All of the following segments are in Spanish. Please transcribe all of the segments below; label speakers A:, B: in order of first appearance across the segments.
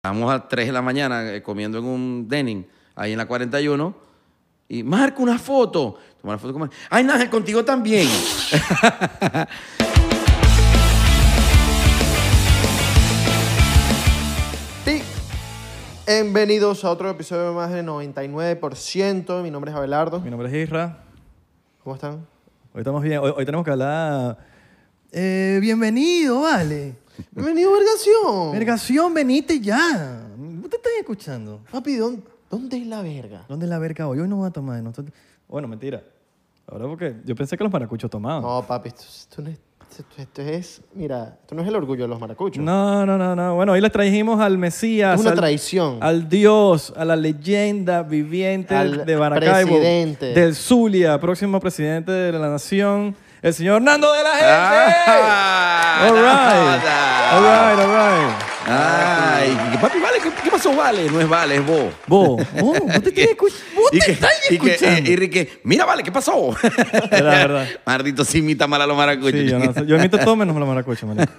A: Estábamos a 3 de la mañana eh, comiendo en un Denning, ahí en la 41. Y marca una foto. Toma una foto con Mar- Ay, Nájel, contigo también.
B: Tic. Bienvenidos a otro episodio más de 99%. Mi nombre es Abelardo.
C: Mi nombre es Isra.
B: ¿Cómo están?
C: Hoy estamos bien. Hoy, hoy tenemos que hablar. Eh, bienvenido, vale.
B: Bienvenido, Vergación.
C: Vergación, venite ya. ¿No te estás escuchando?
B: Papi, ¿dónde, dónde es la verga?
C: ¿Dónde es la verga hoy? Hoy no va a tomar. no estoy- Bueno, mentira. Ahora porque yo pensé que los maracuchos tomaban.
B: No, papi, esto, esto no es, esto, esto es. Mira, esto no es el orgullo de los maracuchos.
C: No, no, no, no. Bueno, hoy les trajimos al Mesías.
B: Es una
C: al-
B: traición.
C: Al Dios, a la leyenda viviente
B: Al
C: de Maracaibo.
B: presidente.
C: Del Zulia, próximo presidente de la nación, el señor Nando de la Gente.
A: Ah,
C: all right.
A: nada.
C: All right, all right.
A: Ay, papi, vale, ¿qué, qué pasó, vale? No es vale, es vos.
C: Vos, vos, vos oh, te, tienes escu- vos te
A: Y que-
C: estás
A: y que- eh,
C: escuchando.
A: Y, Ricky, mira, vale, ¿qué pasó?
C: Verdad, verdad.
A: Maldito, sí imita mal a los maracuchos.
C: Sí, yo, no sé. yo invito todo menos la maracucha, marico.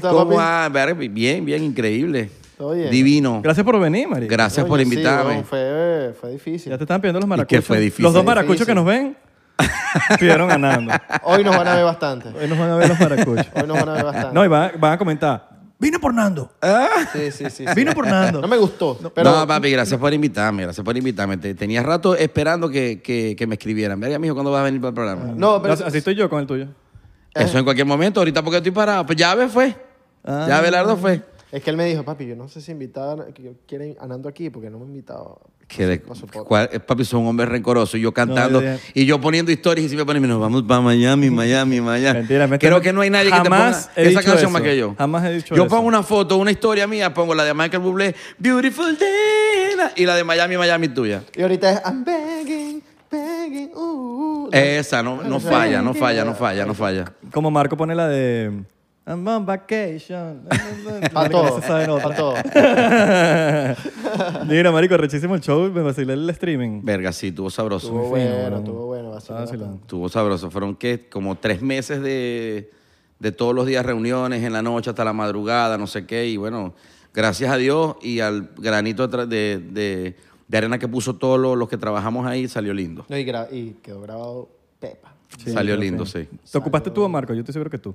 B: ¿Cómo
A: ¿Cómo
B: papi?
A: va? Verga, Bien, bien, increíble.
B: Todo bien.
A: Divino.
C: Gracias por venir, marico.
A: Gracias por
B: Oye, sí,
A: invitarme.
B: weón, fue, fue difícil.
C: Ya te están pidiendo los maracuchos.
A: que fue difícil.
C: Los dos
A: Fue
B: difícil.
C: maracuchos que nos ven pidieron ganando.
B: Hoy nos van a ver bastante.
C: Hoy nos van a ver los maracuchos.
B: Hoy nos van a ver bastante.
C: No, y van, van a comentar. Vino por Nando.
A: Ah.
B: sí, sí, sí, sí.
C: Vino por Nando.
B: No me gustó. Pero
A: no, papi, gracias por invitarme, gracias por invitarme. Te- Tenía rato esperando que, que, que me escribieran. Verga, mijo, ¿cuándo vas a venir para el programa?
B: No, pero-
C: Así estoy yo con el tuyo.
A: Eso en cualquier momento, ahorita porque estoy parado. Pues ya ve fue.
C: Ah.
A: Ya Belardo fue.
B: es que él me dijo, papi, yo no sé si invitaban, que quieren a Nando aquí porque no me invitaba.
A: Que de-
B: Paso por-
A: cuál- eh, papi, son un hombre rencoroso. Y yo cantando
C: No, yo-
A: y yo poniendo historias y siempre ponen, nos vamos para Miami, Miami, Miami.
C: Mentira, mentira.
A: Creo que no hay nadie que te
C: Jamás
A: ponga
C: he
A: esa
C: dicho
A: canción
C: eso.
A: más que yo.
C: Jamás he dicho
A: Yo
C: eso.
A: pongo una foto, una historia mía, pongo la de Michael Bublé, Beautiful Day, la- y la de Miami, Miami tuya.
B: Y ahorita es, I'm begging, begging, uh, uh".
A: Esa no, no
B: Esa.
A: falla, no falla, no falla, no falla.
C: Como Marco pone la de. I'm on vacation.
B: Pa'
C: Marico, no
B: todo,
C: se sabe nota.
B: pa' todo.
C: Mira, marico, rechísimo el show. Me vacilé el streaming.
A: Verga, sí, tuvo sabroso.
B: Estuvo
C: fino,
B: bueno,
C: bro.
B: estuvo bueno. vaciló
C: Estaba vacilando.
B: bastante.
A: Tuvo sabroso. Fueron que como tres meses de, de todos los días reuniones, en la noche hasta la madrugada, no sé qué. Y bueno, gracias a Dios y al granito de, tra- de, de- de arena que puso todos los, los que trabajamos ahí, salió lindo.
B: No, y, gra- y quedó grabado Pepa.
C: Sí,
A: salió
C: yo
A: lindo,
C: sé.
A: sí.
C: ¿Te ocupaste tú o Marco? Yo estoy seguro que tú.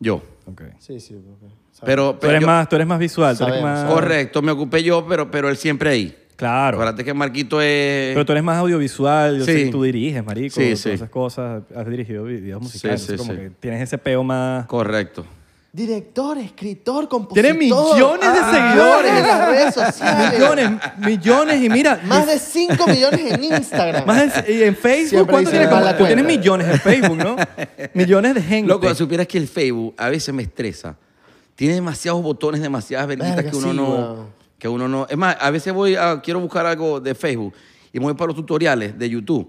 A: Yo.
C: Ok.
B: Sí, sí. ok. ¿Sabes?
A: Pero,
C: Tú
A: pero
C: eres,
A: yo-
C: más, tú eres más visual, tú eres
B: Sabemos,
C: más...
A: correcto, me ocupé yo, pero, pero él siempre ahí.
C: Claro.
A: Acuérdate que Marquito es...
C: Pero tú eres más audiovisual, yo
A: Sí.
C: sé que tú diriges, marico,
A: Sí,
C: todas
A: sí.
C: esas cosas, has dirigido videos musicales,
A: sí,
C: entonces como
A: sí.
C: que tienes ese peo más...
A: Correcto.
B: Director, escritor, compositor.
C: Tiene millones de
A: Ah,
B: seguidores en
C: seguidores,
B: las redes sociales.
C: millones, millones, y mira,
B: Más de 5 millones en Instagram.
C: más de- y en Facebook,
B: Siempre
C: ¿cuánto
B: dicen
C: tienes?
B: mal la
C: Como- Tú tienes
B: cuenta.
C: millones en Facebook, ¿no? millones de gente.
A: Loco, si supieras que el Facebook a veces me estresa. Tiene demasiados botones, demasiadas verguitas
B: Verga,
A: que uno
B: sí,
A: no.
B: weón.
A: Que uno no. Es más, a veces voy a, quiero buscar algo de Facebook y me voy para los tutoriales de YouTube.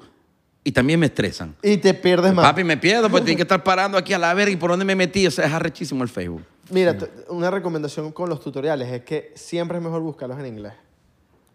A: Y también me estresan.
B: Y te pierdes más.
A: Papi, me pierdo porque tienen que estar parando aquí a la verga y por dónde me metí. O sea, es arrechísimo el Facebook.
B: Mira, t- una recomendación con los tutoriales es que siempre es mejor buscarlos en inglés.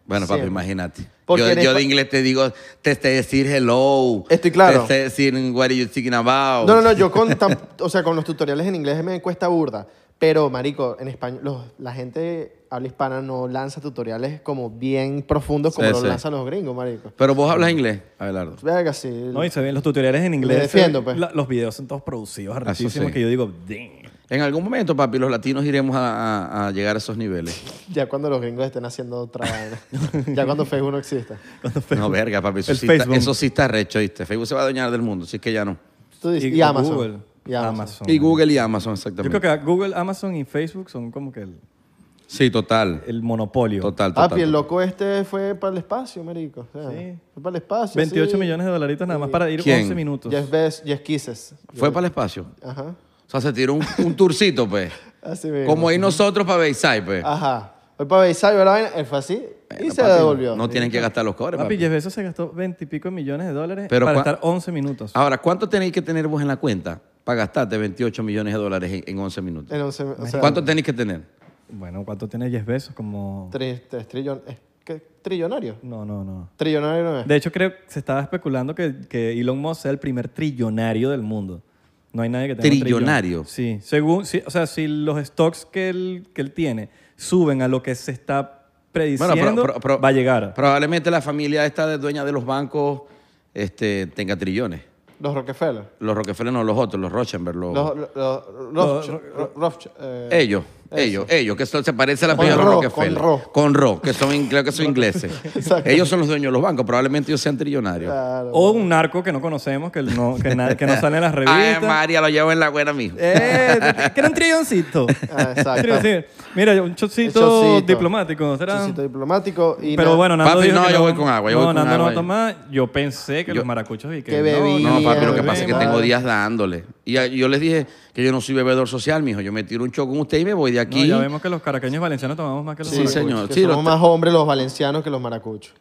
A: Bueno, papi,
B: Siempre.
A: imagínate.
B: Porque
A: Yo,
B: eres
A: yo de
B: pa-
A: inglés te digo, te sé decir hello.
B: Estoy claro.
A: Te sé decir what are you thinking about.
B: No, no, no, yo con, tam- o sea, con los tutoriales en inglés me cuesta burda. Pero, marico, en español, los- la gente habla hispana no lanza tutoriales como bien profundos como
A: Sí,
B: los
A: sí.
B: lanzan los gringos, marico.
A: Pero vos hablas inglés, Abelardo.
B: Verga, sí.
C: No, y se ven los tutoriales en inglés.
B: Me defiendo,
C: se-
B: pues.
C: la- los videos son todos producidos, arrechísimos,
A: sí.
C: que yo digo, ding.
A: En algún momento, papi, los latinos iremos a- a- a llegar a esos niveles.
B: Ya cuando los gringos estén haciendo otra vaina. ya cuando Facebook no exista.
A: No, verga, papi. Eso,
C: El
A: sí está,
C: Facebook.
A: eso sí está recho, ¿viste? Facebook se va a adueñar del mundo, si es que ya no.
B: Tú dices- y,
C: o
B: Amazon.
C: Google.
B: Y Amazon.
A: Y Google y Amazon,
C: Yo
A: exactamente.
C: creo que Google, Amazon y Facebook son como que el,
A: Sí, total.
C: el monopolio.
A: Total, total.
B: Papi, Ah, el loco este fue para el espacio, marico. O sea,
C: Sí.
B: Fue para el espacio.
C: 28
B: sí.
C: millones de dolaritos nada más para ir
A: ¿Quién?
C: 11 minutos.
B: Jeff Bezos, Jeff Kisses.
A: Fue para el espacio.
B: Ajá.
A: O sea, se tiró un, un tourcito, pues.
B: Así mismo.
A: Como ahí nosotros para Bayside, pues.
B: Ajá. Fue para Beisai, ¿verdad? vaina? Él fue así Ah, y
A: Bueno,
B: se
A: papi,
B: devolvió.
A: No tienen que gastar los cobres,
C: Papi,
A: papi.
C: Jeff Bezos se gastó 20 y pico millones de dólares
A: Pero Ah.
C: para
A: cua-
C: estar 11 minutos.
A: Ahora, ¿cuánto tenéis que tener vos en la cuenta para gastarte 28 millones de dólares en, en 11 minutos?
B: En 11, o sea,
A: ¿Cuánto tenéis que tener?
C: Bueno, ¿cuánto tiene Jeff Bezos? Como...
B: Tres, tres trillon- eh, ¿qué? trillonario.
C: No, no, no.
B: Trillonario no es.
C: De hecho, creo que se estaba especulando que, que Elon Musk sea el primer trillonario del mundo. No hay nadie que tenga un trillón.
A: Trillonario.
C: Sí, según, sí, o sea, si los stocks que él, que él tiene suben a lo que se está prediciendo,
A: pro- pro-
C: va a llegar.
A: Probablemente la familia esta de dueña de los bancos este, tenga trillones.
B: Los Rockefeller.
A: Los Rockefeller no, los otros, los Rochenberg, los...
B: Los, los, los, Rothschild- Rothschild, eh,
A: Ellos, ellos, ellos, que son- se parece a la
B: Con
A: apellido de
B: Ro,
A: Rockefeller.
B: con Ro.
A: Con Ro, que son, in- creo que son ingleses. ellos son los dueños de los bancos, probablemente ellos sean trillonarios.
B: claro.
C: O un narco que no conocemos, que no, que na- que no sale en las revistas.
A: Ay, María, lo llevo en la buena, mijo.
C: Eh, que era un trilloncito.
B: Ah, exacto.
C: Trilloncito. Mira, un chocito,
B: Un chocito.
C: diplomático. ¿será?
B: Chocito diplomático. Y
C: Pero
B: nada.
C: bueno, Nando
A: Papi,
C: dijo
A: no,
C: que
A: yo voy con agua, yo
C: no,
A: voy con
C: Nando
A: agua.
C: no toma. Yo pensé que
A: Yo-
C: los maracuchos y que,
B: que
C: no,
B: bebí.
C: no,
A: No, papi, lo que
B: Mierda,
A: pasa es que
B: madre.
A: tengo días dándole. Y a- yo les dije que yo no soy bebedor social, mijo. Yo me tiro un choco con usted y me voy de
C: no,
A: aquí.
C: ya vemos que los caraqueños valencianos tomamos más que los
A: Sí,
C: maracuchos.
A: señor.
B: que
A: Sí,
B: somos
A: los-
B: más hombres los valencianos que los maracuchos.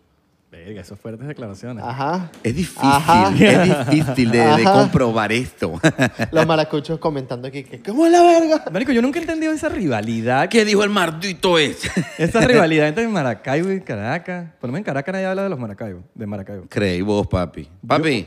C: Verga, esas fuertes declaraciones.
A: Ah,
B: Ajá.
A: Es difícil,
B: Ajá.
A: es difícil de, de
B: Ajá.
A: comprobar esto.
B: Los maracuchos comentando aquí que ¿cómo es la verga?
C: Marico, yo nunca he entendido esa rivalidad.
A: ¿Qué dijo el maldito ese?
C: Esa rivalidad entre Maracaibo y Caracas. Por lo menos en Caracas nadie habla de los Maracaibo, de Maracaibo.
A: Creí vos, papi. Papi,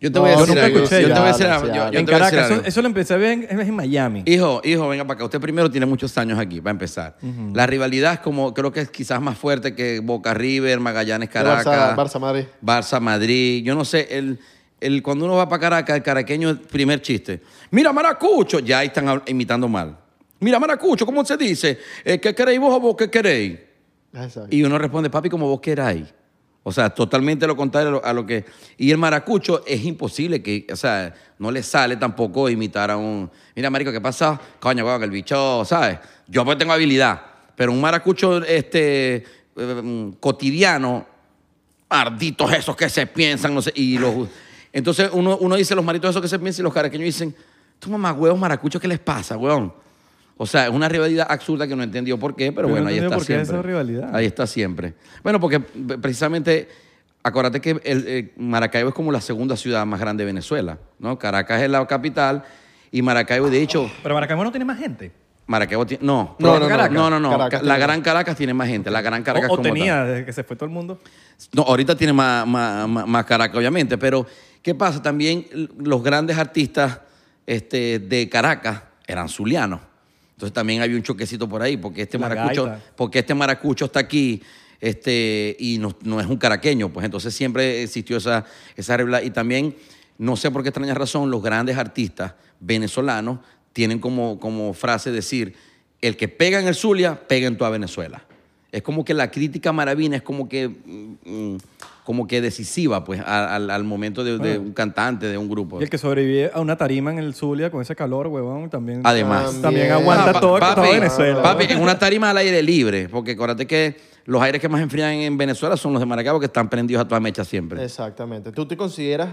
A: yo te voy
B: No,
A: a
B: yo
A: decir
B: nunca
A: algo.
B: escuché,
A: Yo te
B: ya
A: voy a
B: habla,
A: decir algo.
B: se
A: Yo-
B: habla.
A: Ah, yo
C: en
A: te voy a decir
C: Caracas, eso,
A: algo.
C: eso lo empecé a ver en, es en Miami.
A: Hijo, hijo, venga para acá. Usted primero tiene muchos años aquí, para empezar. La rivalidad es como, creo que es quizás más fuerte que Boca River, Magallanes, Caracas.
B: Barça, Barça Madrid.
A: Barça, Madrid. Yo no sé, el, el, cuando uno va para Caracas, el caraqueño, el primer chiste. Mira, Maracucho. Ya ahí están hab- imitando mal. Mira, Maracucho, ¿cómo se dice? Eh, ¿Qué queréis vos o vos qué queréis?
B: Exacto.
A: Y uno responde, papi, como vos queráis. O sea, totalmente lo contrario a lo, a lo que... Y el maracucho es imposible que... O sea, no le sale tampoco imitar a un... Mira, marico, ¿qué pasa? Coño, coño, que el bicho, ¿sabes? Yo pues tengo habilidad. Pero un maracucho este, eh, cotidiano, arditos esos que se piensan, no sé, y los... Entonces uno, uno dice los maritos esos que se piensan y los caraqueños dicen, tú mamá, huevos maracuchos, ¿qué les pasa, huevón? O sea, es una rivalidad absurda que no entendió por qué, pero
C: Pero
A: bueno,
C: no
A: ahí
C: entendió
A: está
C: por qué
A: siempre.
C: esa rivalidad.
A: Ahí está siempre. Bueno, porque eh, precisamente, acuérdate que el, eh, Maracaibo es como la segunda ciudad más grande de Venezuela, ¿no? Caracas es la capital y Maracaibo, de hecho,
C: Pero Maracaibo no tiene más gente.
A: Maracaibo tiene... No,
B: No, no, no.
A: Caracas. no, no, no.
B: Caracas
A: la
B: tiene
A: Gran Caracas tiene más gente, la Gran Caracas
C: O, o
A: como tal.
C: tenía, desde que se fue todo el mundo.
A: No, ahorita tiene más, más, más- más Caracas, obviamente, pero ¿qué pasa? También l- los grandes artistas este, de Caracas eran zulianos. Entonces también había un choquecito por ahí, porque este,
C: La
A: maracucho,
C: gaita.
A: porque este maracucho está aquí este, y no, no es un caraqueño. Pues entonces siempre existió esa, esa regla. Y también, no sé por qué extraña razón, los grandes artistas venezolanos tienen como, como frase decir, el que pega en el Zulia, pega en toda Venezuela. Es como que la crítica maravina es como que, mm, mm, como que decisiva pues, a- al, al momento de, de un cantante, de un grupo.
C: Y el que sobrevive a una tarima en el Zulia con ese calor, huevón, también.
A: Además.
C: También
A: Ah,
C: aguanta
A: pa-
C: todo, todo Venezuela.
A: Papi, en una tarima al aire libre, porque acuérdate que los aires que más enfrían en Venezuela son los de Maracaibo que están prendidos a toda mecha siempre.
B: Exactamente. Tú te consideras.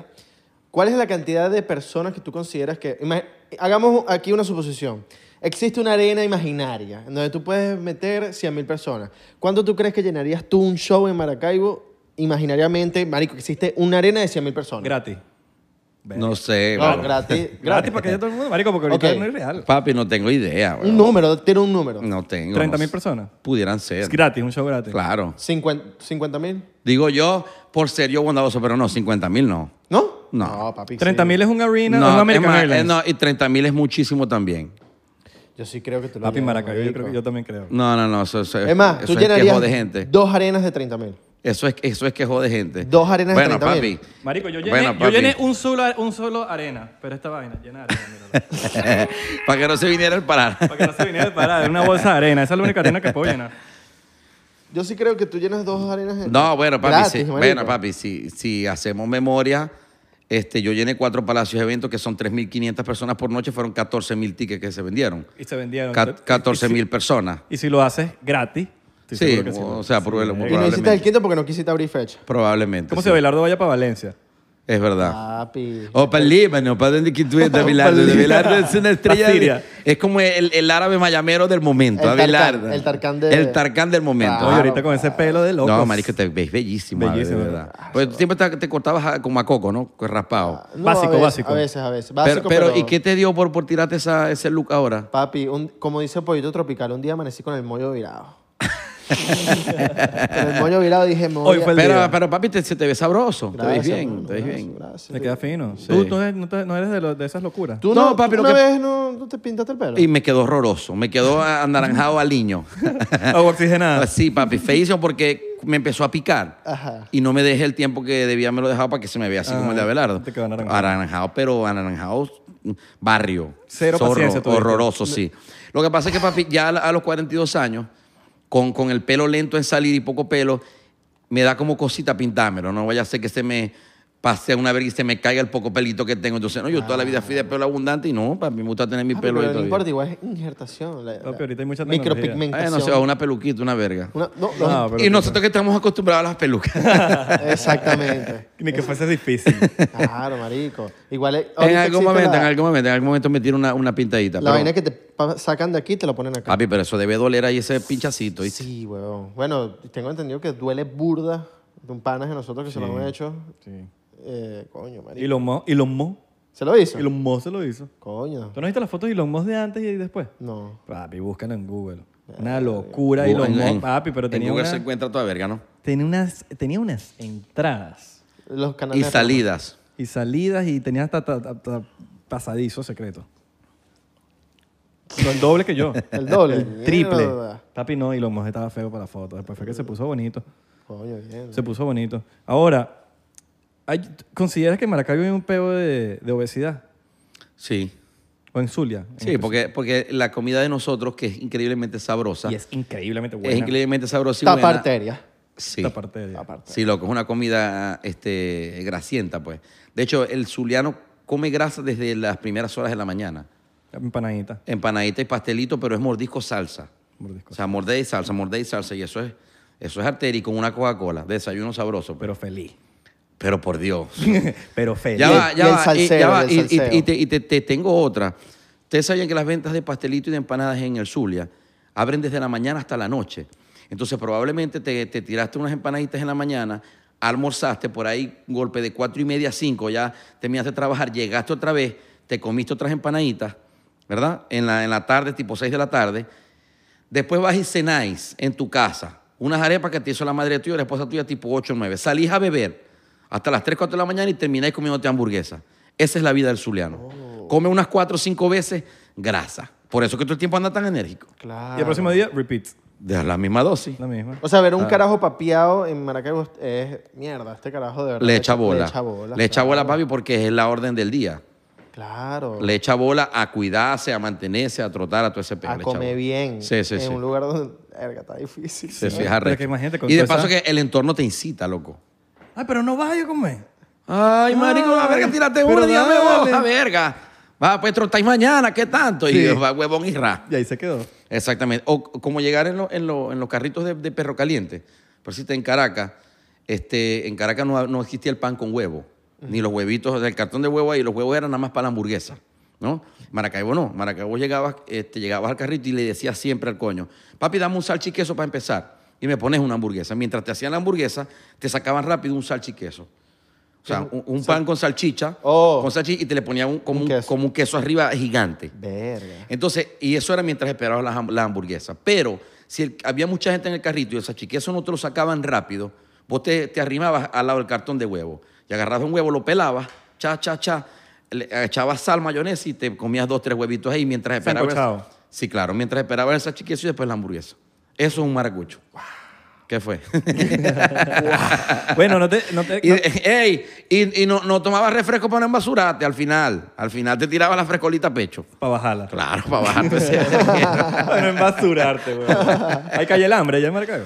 B: ¿Cuál es la cantidad de personas que tú consideras que.? ima- Hagamos aquí una suposición. Existe una arena imaginaria en donde tú puedes meter 100.000 personas. ¿Cuánto tú crees que llenarías tú un show en Maracaibo imaginariamente? Marico, que existe una arena de 100.000 personas.
C: Gratis.
A: No sé,
B: No,
A: vale.
B: gratis.
C: Gratis para que haya todo el mundo, marico, porque ahorita
B: Ok.
C: no es real.
A: Papi, no tengo idea.
B: Un
A: weón.
B: número, tiene un número.
A: No tengo.
C: 30
A: no
C: mil
A: sé.
C: personas.
A: Pudieran ser.
C: Es gratis, un show gratis.
A: Claro.
B: 50 50.000.
A: Digo yo, por ser yo bondadoso, pero no, 50 mil no.
B: ¿No?
A: No.
B: papi. sí.
C: 30 mil es un arena, es un
A: es
C: American
A: más, eh,
C: Airlines.
A: no, y 30 mil es muchísimo también.
B: Yo sí creo que tú lo
C: Papi
B: llenas,
C: Maracaibo, yo,
B: marico.
C: creo que yo también creo.
A: No, no, no, eso, eso-
B: Es más,
A: eso
B: tú
A: es
B: llenarías
A: quejo de gente.
B: dos arenas de 30.000.
A: Eso es, eso es quejo de gente.
B: Dos arenas de
A: Bueno,
B: 30.000.
A: papi.
C: Marico, yo llené,
A: Bueno,
C: yo
A: papi.
C: llené un, solo, un solo arena, pero esta vaina, llena de arena, mírala.
A: Para que no se viniera el parar.
C: Para que no se viniera de parada, era una bolsa de arena. Esa es la única arena que puedo llenar.
B: Yo sí creo que tú llenas dos arenas de
A: No, bueno, papi,
B: Gratis,
A: sí,
B: marico.
A: bueno, papi, si, si hacemos memoria, este, yo llené cuatro palacios de eventos que son 3.500 personas por noche, fueron 14.000 tickets que se vendieron.
C: Y se vendieron.
A: Ca- 14.000 personas.
C: Y si lo haces gratis, estoy
A: Sí,
C: seguro que
A: o sea, por lo-
B: Y no hiciste
A: Probablemente.
B: el quinto porque no quisiste abrir fecha.
A: Probablemente.
C: ¿Cómo
A: sí.
C: se Belardo vaya para Valencia?
A: Es
B: Ah.
A: verdad.
B: Papi.
A: O para el Líbano, para donde que tú eres, Abelardo.
C: Líbano.
A: Abelardo es una estrella.
C: Pa'
A: de-
C: Siria.
A: es como el, el árabe mayamero del momento,
B: El Tarkan,
A: Abelardo.
B: el Tarkan de- Ah.
A: El Tarkan del momento.
B: Claro.
C: Oye, ahorita con ese pelo de loco.
A: Ah, No, marico, te ves bellísimo, árabe,
C: Bellísimo.
A: de verdad. Pues siempre te, te cortabas a- como a coco, ¿no? Pues Raspado.
B: No,
C: Básico,
B: a veces,
C: básico.
B: A veces, a veces.
A: Pero,
B: Básico,
A: pero,
B: pero-
A: ¿y qué te dio por, por tirarte esa, ese look ahora?
B: Papi, un- como dice Pollito Tropical, un día amanecí con el mollo virado. Con el moño virado dije, me voy
C: Hoy
B: a-
C: fue el-
A: Pero,
C: día.
A: pero papi, te, se te ve sabroso.
B: Gracias,
A: te ves bien,
B: mano,
A: te ves
B: gracias,
A: bien.
B: gracias.
C: Me queda fino.
A: Sí.
C: Tú, tú eres- no, te- no eres de, lo- de esas locuras.
B: ¿Tú
A: No,
B: no,
A: papi,
B: papi,
A: lo
B: una
A: que-
B: vez no, no te pintaste el pelo?
A: Y me quedó horroroso. Me quedó a- anaranjado al niño.
C: Agua Ah, oxigenada.
A: Ah. Sí, papi, feísimo porque me empezó a picar.
B: Ajá.
A: Y no me dejé el tiempo que debía, me lo dejaba para que se me vea así
C: Ah,
A: como el de Abelardo.
C: te quedó anaranjado.
A: pero anaranjado mm, barrio.
C: Cero paciencia tuviste.
A: Horroroso, sí. Lo que pasa es que, papi, ya a- a los 42 años, con, con el pelo lento en salir y poco pelo, me da como cosita pintármelo. No vaya a ser que se me pase una vez y se me caiga el poco pelito que tengo. Entonces, no, yo toda la vida fui de pelo abundante y no, papi, me gusta tener mi
B: Ah,
A: pelo.
B: pero
A: ahí
B: no
A: todavía.
B: importa, igual es injertación. la- la-
C: Papi, ahorita hay mucha tecnología.
A: Ay,
B: Micropigmentación.
A: no se va una peluquita, una verga.
B: Una- no, no,
C: No, pero
A: y
C: tú-
A: nosotros que estamos acostumbrados a las pelucas.
B: Exactamente.
C: Ni que fuese difícil.
B: Claro, marico. Igual es-
A: en algún
B: ahorita existe
A: momento,
B: la,
A: en algún momento, en algún momento me tiro una, una pintadita.
B: la
A: pero-
B: vaina que te pa- sacan de aquí y te la ponen acá.
A: Papi, pero eso debe doler ahí ese pinchacito. ¿viste?
B: Sí, weón. Bueno, tengo entendido que duele burda de un panas de nosotros que se lo han hecho.
C: Sí.
B: Eh, coño, marico.
C: Elon Musk, Elon Musk,
B: ¿Se lo hizo?
C: Elon Musk se lo hizo.
B: Coño.
C: ¿Tú no viste las fotos de Elon Musk de antes y después?
B: No.
C: Papi, búscalo en Google. Una locura
A: Uh,
C: Elon
A: en-
C: Musk,
A: en-
C: papi, pero
A: en
C: tenía
A: Google
C: una-
A: se encuentra toda verga, ¿no?
C: tenía unas, tenía unas entradas
B: Los canales.
A: Y
B: de-
A: salidas.
C: y salidas y tenía hasta, ta- ta- ta- pasadizo secreto. No, el doble que yo.
B: El doble.
C: El triple.
B: Mierda.
C: Papi, no, Elon Musk estaba feo para la foto. Después fue que se puso bonito.
B: Coño, bien.
C: Se puso bonito. Ahora, hay- ¿consideras que en Maracaibo hay un peo de, de obesidad?
A: Sí.
C: ¿O en Zulia? en
A: Sí, porque, porque la comida de nosotros, que es increíblemente sabrosa,
C: Y
A: es,
C: es increíblemente buena.
A: increíblemente sabrosa y
B: Tapa
A: buena.
B: arteria.
A: Sí.
C: Esta parte de-
A: Sí, loco, es una comida este, grasienta, pues. De hecho, el zuliano come grasa desde las primeras horas de la mañana.
C: Empanadita.
A: Empanadita y pastelito, pero es mordisco salsa.
C: mordisco.
A: O sea, mordé y salsa, mordé y salsa. Y eso es, eso es arteria y con una Coca-Cola. Desayuno sabroso. Pero,
C: Pero feliz.
A: pero por Dios.
C: pero feliz.
A: ya
B: Eh, Y el-
A: va,
B: y
A: ya
B: el
A: va. Y, ya
B: salseo,
A: va,
B: y
A: y,
B: el
A: y-
B: salseo.
A: y te, y te- te tengo otra. Ustedes sabían que las ventas de pastelito y de empanadas en el Zulia abren desde la mañana hasta la noche. Entonces, probablemente te, te tiraste unas empanaditas en la mañana, almorzaste por ahí, un golpe de cuatro y media a cinco, ya terminaste de trabajar, llegaste otra vez, te comiste otras empanaditas, ¿verdad? En la, en la tarde, tipo seis de la tarde, Después vas y cenáis en tu casa unas arepas que te hizo la madre tuya o la esposa tuya tipo 8 o 9. Salís a beber hasta las 3, 4 de la mañana y termináis comiéndote hamburguesa. Esa es la vida del zuliano. Come unas 4 o 5 veces grasa. Por eso que todo el tiempo anda tan enérgico.
B: Claro.
C: Y el próximo día, repeat.
A: De la misma dosis.
C: La misma.
B: O sea, ver un
A: Ah.
B: carajo papiado en Maracaibo es mierda, este carajo de verdad.
A: Le echa bola.
B: Le echa bola.
A: Le echa bola,
B: claro.
A: papi, porque es la orden del día.
B: Claro.
A: Le echa bola a cuidarse, a mantenerse, a trotar, a todo ese pedo.
B: a
A: Le echa
B: comer
A: bola.
B: bien.
A: Sí, sí,
B: en
A: sí.
B: un lugar donde. Verga, está difícil.
A: Sí, sí, es
C: Pero
A: arrecho.
C: que imagínate con
A: Y de
C: toda
A: paso
C: esa-
A: que el entorno te incita, loco.
C: Ay, pero no vaya a comer.
A: Ay, marico, la verga, tírate
C: pero
A: una, dígame
C: dale.
A: vos, la verga. Va, pues trotáis mañana, ¿qué tanto?
C: Sí.
A: Y va huevón y ra.
C: Y ahí se quedó.
A: Exactamente. O c- como llegar en, lo- en, lo- en los carritos de, de perro caliente. Por si te en Caracas, este, en Caracas no, ha- no existía el pan con huevo, ni los huevitos, o sea, el cartón de huevo ahí, los huevos eran nada más para la hamburguesa. ¿No? Maracaibo no. Maracaibo llegabas, este, llegabas al carrito y le decías siempre al coño, papi, dame un salchiqueso para empezar. Y me pones una hamburguesa. Mientras te hacían la hamburguesa, te sacaban rápido un salchiqueso. O sea, un, un pan con salchicha,
B: Oh.
A: con salchicha y te le ponían un- como,
B: Un
A: un-
B: queso.
A: como un queso arriba gigante.
B: Verga.
A: Entonces, y eso era mientras esperabas las, ham- las hamburguesas. Pero si el- había mucha gente en el carrito y el sachiqueso no te lo sacaban rápido, vos te, te arrimabas al lado del cartón de huevo. Y agarrabas un huevo, lo pelabas, cha, cha, cha, le echabas sal, mayonesa y te comías dos, tres huevitos ahí mientras esperabas.
C: Sancochado.
A: Sí, claro, mientras esperabas el sachiqueso y después la hamburguesa. Eso es un maracucho. ¿Qué fue?
C: Bueno, no te. No te
A: Y,
C: no-
A: ey, y, y no, no tomabas refresco para no embasurarte al final. Al final te tirabas la frescolita a pecho.
C: para bajarla.
A: Claro, para bajarte. ese-
C: Para no embasurarte, güey. Ahí calle el hambre, ya en Maracaibo.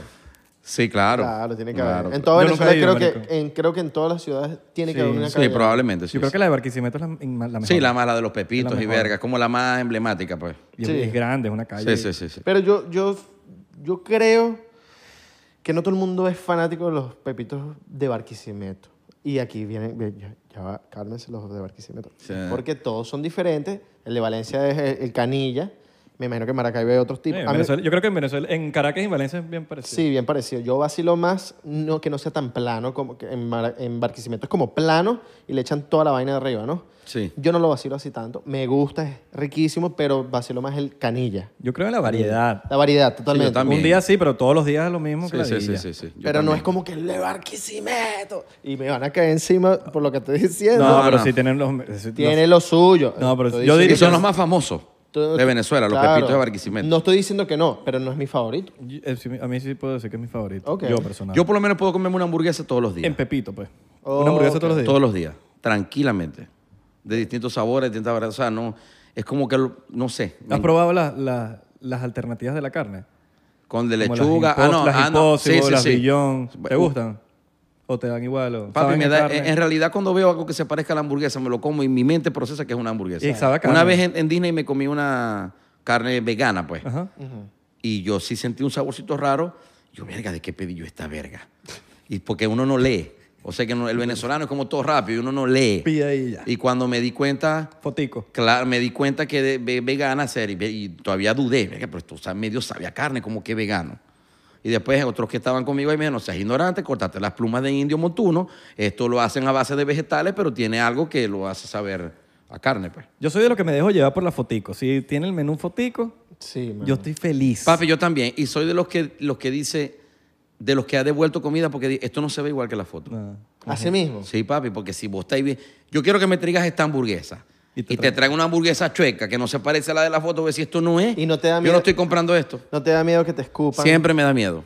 A: Sí, claro.
B: Claro, tiene que
A: Claro.
B: haber. En toda
C: Yo nunca
B: Venezuela
C: he ido,
B: creo,
C: marico.
B: que, en, creo que en todas las ciudades tiene
C: Sí.
B: que haber una
A: Sí,
B: calle.
A: probablemente. Sí,
C: Yo creo
A: sí.
C: que la de Barquisimeto es la, la mejor.
A: Sí, la más la de los pepitos
C: La
A: y
C: mejor.
A: verga, es como la más emblemática, pues.
C: Y es,
B: Sí.
C: es grande, es una
A: Sí,
C: calle.
A: sí, sí, sí.
B: Pero yo, yo, yo creo que no todo el mundo es fanático de los pepitos de Barquisimeto. Y aquí vienen, ve, ya, ya va, cálmense los de Barquisimeto.
A: Sí.
B: Porque todos son diferentes. El de Valencia es el, el canilla. Me imagino que en Maracaibo hay otros
C: Sí,
B: tipos.
C: en
B: A mí-
C: Eh, Venezuela- yo creo que en Venezuela, en Caracas y Valencia es bien parecido.
B: Sí, bien parecido. Yo vacilo más no, que no sea tan plano, como que en, Mara- en Barquisimeto es como plano y le echan toda la vaina de arriba, ¿no?
A: Sí.
B: Yo no lo vacilo así tanto. Me gusta, es riquísimo, pero vacilo más el canilla.
C: Yo creo en la variedad.
B: La variedad, totalmente.
A: Ah. yo también.
C: Un día sí, pero todos los días es lo mismo que
A: Sí,
C: la
A: sí, sí,
C: villa.
A: sí, sí. Yo
B: Pero no
A: también.
B: es como que le Barquisimeto. Y me van a caer encima por lo que estoy diciendo.
C: No,
A: No,
C: pero
A: no.
C: sí tienen los... sí,
B: Tiene
C: los-
B: lo suyo.
C: No, pero
B: Estoy
C: yo
A: Y
C: diría-
A: son
B: diciendo-
A: los más famosos
B: Tú-
A: de Venezuela, los
B: claro.
A: pepitos de Barquisimeto.
B: No estoy diciendo que no, pero no es mi favorito.
C: yo- eh, sí, A mí sí puedo decir que es mi favorito.
B: Ok.
C: Yo personal.
A: Yo por lo menos puedo comerme una hamburguesa todos los días.
C: en Pepito, pues.
B: Oh,
C: Una hamburguesa todos los días.
A: Todos los días, tranquilamente. De distintos sabores, distintas variedades. O sea, no, es como que, lo- no sé.
C: ¿Has probado las- las- las alternativas de la carne?
A: Con de
C: Como las
A: lechuga. ah,
C: impo-
A: no,
C: las
A: ah, no.
C: Impossible,
A: Sí, sí,
C: las
A: sí.
C: Beyond. ¿Te
A: Uh,
C: gustan? ¿O te dan igual? O
A: Papi,
C: saben
A: me
C: a
A: da,
C: carne?
A: en, en realidad cuando veo algo que se parezca a la hamburguesa, me lo como y mi mente procesa que es una hamburguesa.
C: Y sabe a carne.
A: Una vez en, en Disney me comí una carne vegana, pues.
C: Ajá.
A: Y yo sí sentí un saborcito raro. Yo, verga, ¿de qué pedí yo esta verga? Y porque uno no lee. O sea que no- el venezolano es como todo rápido y uno no lee.
C: Pide ahí ya.
A: Y cuando me di cuenta,
C: Fotico.
A: Claro, me di cuenta que de- ve- vegana ser y, ve- y todavía dudé, verga, pero esto sa- medio sabía a carne, como que vegano. Y después otros que estaban conmigo ahí me dijeron, no seas ignorante, cortate las plumas de indio montuno, esto lo hacen a base de vegetales, pero tiene algo que lo hace saber a carne, pues.
C: Yo soy de lo que me dejo llevar por la fotico. Si tiene el menú fotico,
B: Sí, man.
C: yo estoy feliz.
A: Papi, yo también, y soy de los que, los que dice, de los que ha devuelto comida porque di- esto no se ve igual que la foto.
C: No.
B: Así mismo.
A: Sí, papi, porque si vos estáis bien, yo quiero que me traigas esta hamburguesa.
C: Y
A: Y
C: te
A: te, traigo una hamburguesa chueca que no se parece a la de la foto, ve si esto no es.
B: Y no te da
A: Yo
B: miedo-
A: no estoy comprando esto.
B: ¿No te da miedo que te escupan?
A: Siempre me da miedo.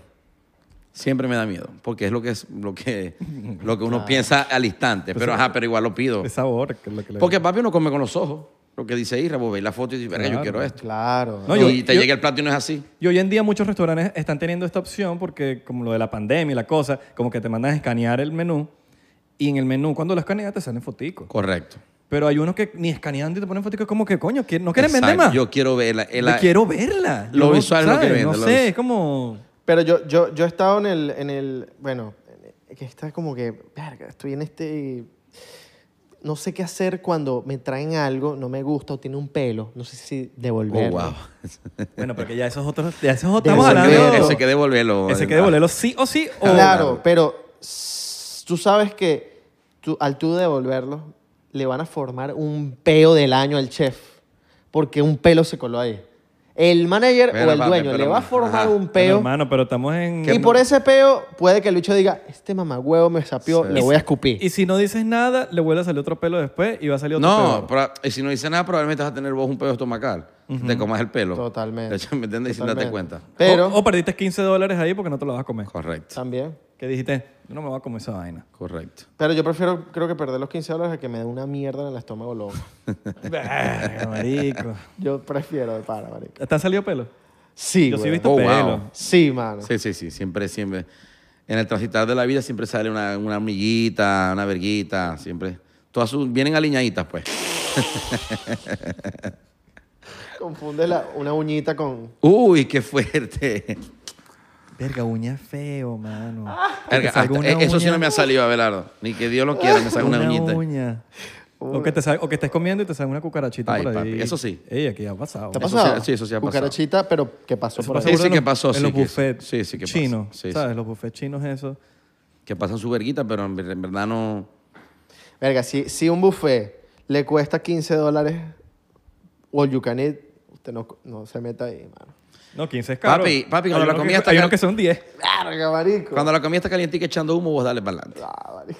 A: Siempre me da miedo. Porque es lo que, es, lo que, lo que uno piensa al instante.
C: Pues
A: Pero, ajá, pero igual lo pido.
C: Es sabor. Que es lo que le
A: Porque papi uno come con los ojos. Lo que dice Isra, vos veis la foto y dices, verga,
C: Claro.
A: yo quiero esto.
B: Claro.
C: No, yo-
A: y te
C: yo-
A: llega el plato y no es así.
C: Y hoy en día muchos restaurantes están teniendo esta opción porque como lo de la pandemia y la cosa, como que te mandan a escanear el menú y en el menú cuando lo escaneas te salen foticos.
A: Correcto.
C: Pero hay unos que ni escaneando y te ponen foticos es como que coño, ¿qué- ¿no quieren
A: Exacto.
C: vender más?
A: Yo quiero verla.
C: Yo
A: la-
C: quiero verla.
A: lo
C: Yo,
A: visual es lo que
C: ¿sabes?
A: vende,
C: No
A: lo
C: sé,
A: visual.
C: es como...
B: Pero yo, yo, yo he estado en el, en el bueno, que está como que, verga, estoy en este, no sé qué hacer cuando me traen algo, no me gusta o tiene un pelo, no sé si
A: Oh,
B: devolverlo.
A: wow.
C: Bueno, porque ya esos otros, ya esos otros estamos
B: Devolver-
C: hablando.
A: Ese que devolverlo.
C: Ese que devolverlo sí o sí. O,
B: Claro, pero s- tú sabes que tú- al tú devolverlo, le van a formar un peo del año al chef, porque un pelo se coló ahí. El manager
A: Pero,
B: o el
A: papi,
B: dueño
A: pero,
B: le va a
A: ajá.
B: formar un
C: Bueno,
B: peo.
C: hermano, pero estamos en...
B: y por ese peo puede que el bicho diga, este mamagüevo me sapió,
A: Sí.
B: le voy a escupir.
C: Y si no dices nada, le vuelve a salir otro pelo después y va a salir otro pelo.
A: No, pero- y si no dice nada, probablemente vas a tener vos un pedo estomacal. Te comas el pelo.
B: Totalmente.
A: ¿Me entiendes? Sin darte
B: Totalmente.
A: cuenta.
B: Pero
C: O, o perdiste 15 dólares ahí porque no te lo vas a comer.
A: Correcto.
B: también.
C: Que dijiste, yo no me voy a comer esa vaina.
A: Correcto.
B: Pero yo prefiero, creo que perder los 15 dólares a que me dé una mierda en el estómago loco.
C: Verga, marico.
B: Yo prefiero de para, marico.
C: ¿Te han salido pelo?
B: Sí,
C: Yo sí he
B: weón.
C: visto
A: Oh, wow.
C: pelo.
B: Sí, mano.
A: Sí, sí, sí, siempre, siempre. En el transitar de la vida siempre sale una, una amiguita, una verguita, siempre. Todas sus- vienen alineaditas, pues.
B: Confunde la- una uñita con...
A: Uy, qué fuerte.
C: Verga, uña feo, mano. Que
A: Verga,
C: te salga
A: hasta-
C: una
A: eh, eso sí
C: uña-
A: no me ha salido, Abelardo. Ni que Dios lo quiera, me salga una, uñita.
C: uña. O que, te salga- o que estés comiendo y te salga una cucarachita
A: Ay,
C: por ahí.
A: papi, eso sí.
C: Ey, aquí ha pasado.
B: ¿Te ha
A: Eso sí-
B: pasado?
A: sí, eso sí ha pasado.
B: Cucarachita, pero ¿qué pasó
C: Eso
B: por
C: pasa
B: ahí?
A: Sí, sí
C: burda en
A: que
C: los-
A: pasó,
C: En
A: sí
C: los
A: que-
C: buffets
A: sí, sí que pasa.
C: chinos,
A: Sí, sí.
C: ¿sabes? Los buffets chinos esos.
A: Que pasan su verguita, pero en, ver- en verdad no.
B: Verga, si, si un buffet le cuesta 15 dólares o el yucanet, usted no, no se meta ahí, mano.
C: No, 15 es caro.
A: Papi, papi, cuando
C: Hay
A: la
C: unos que-
A: comida está
C: Hay
A: cal-
C: unos que son 10.
B: Verga, marico.
A: Cuando la comida está calientica echando humo, vos dale para adelante.
B: Ah, marico.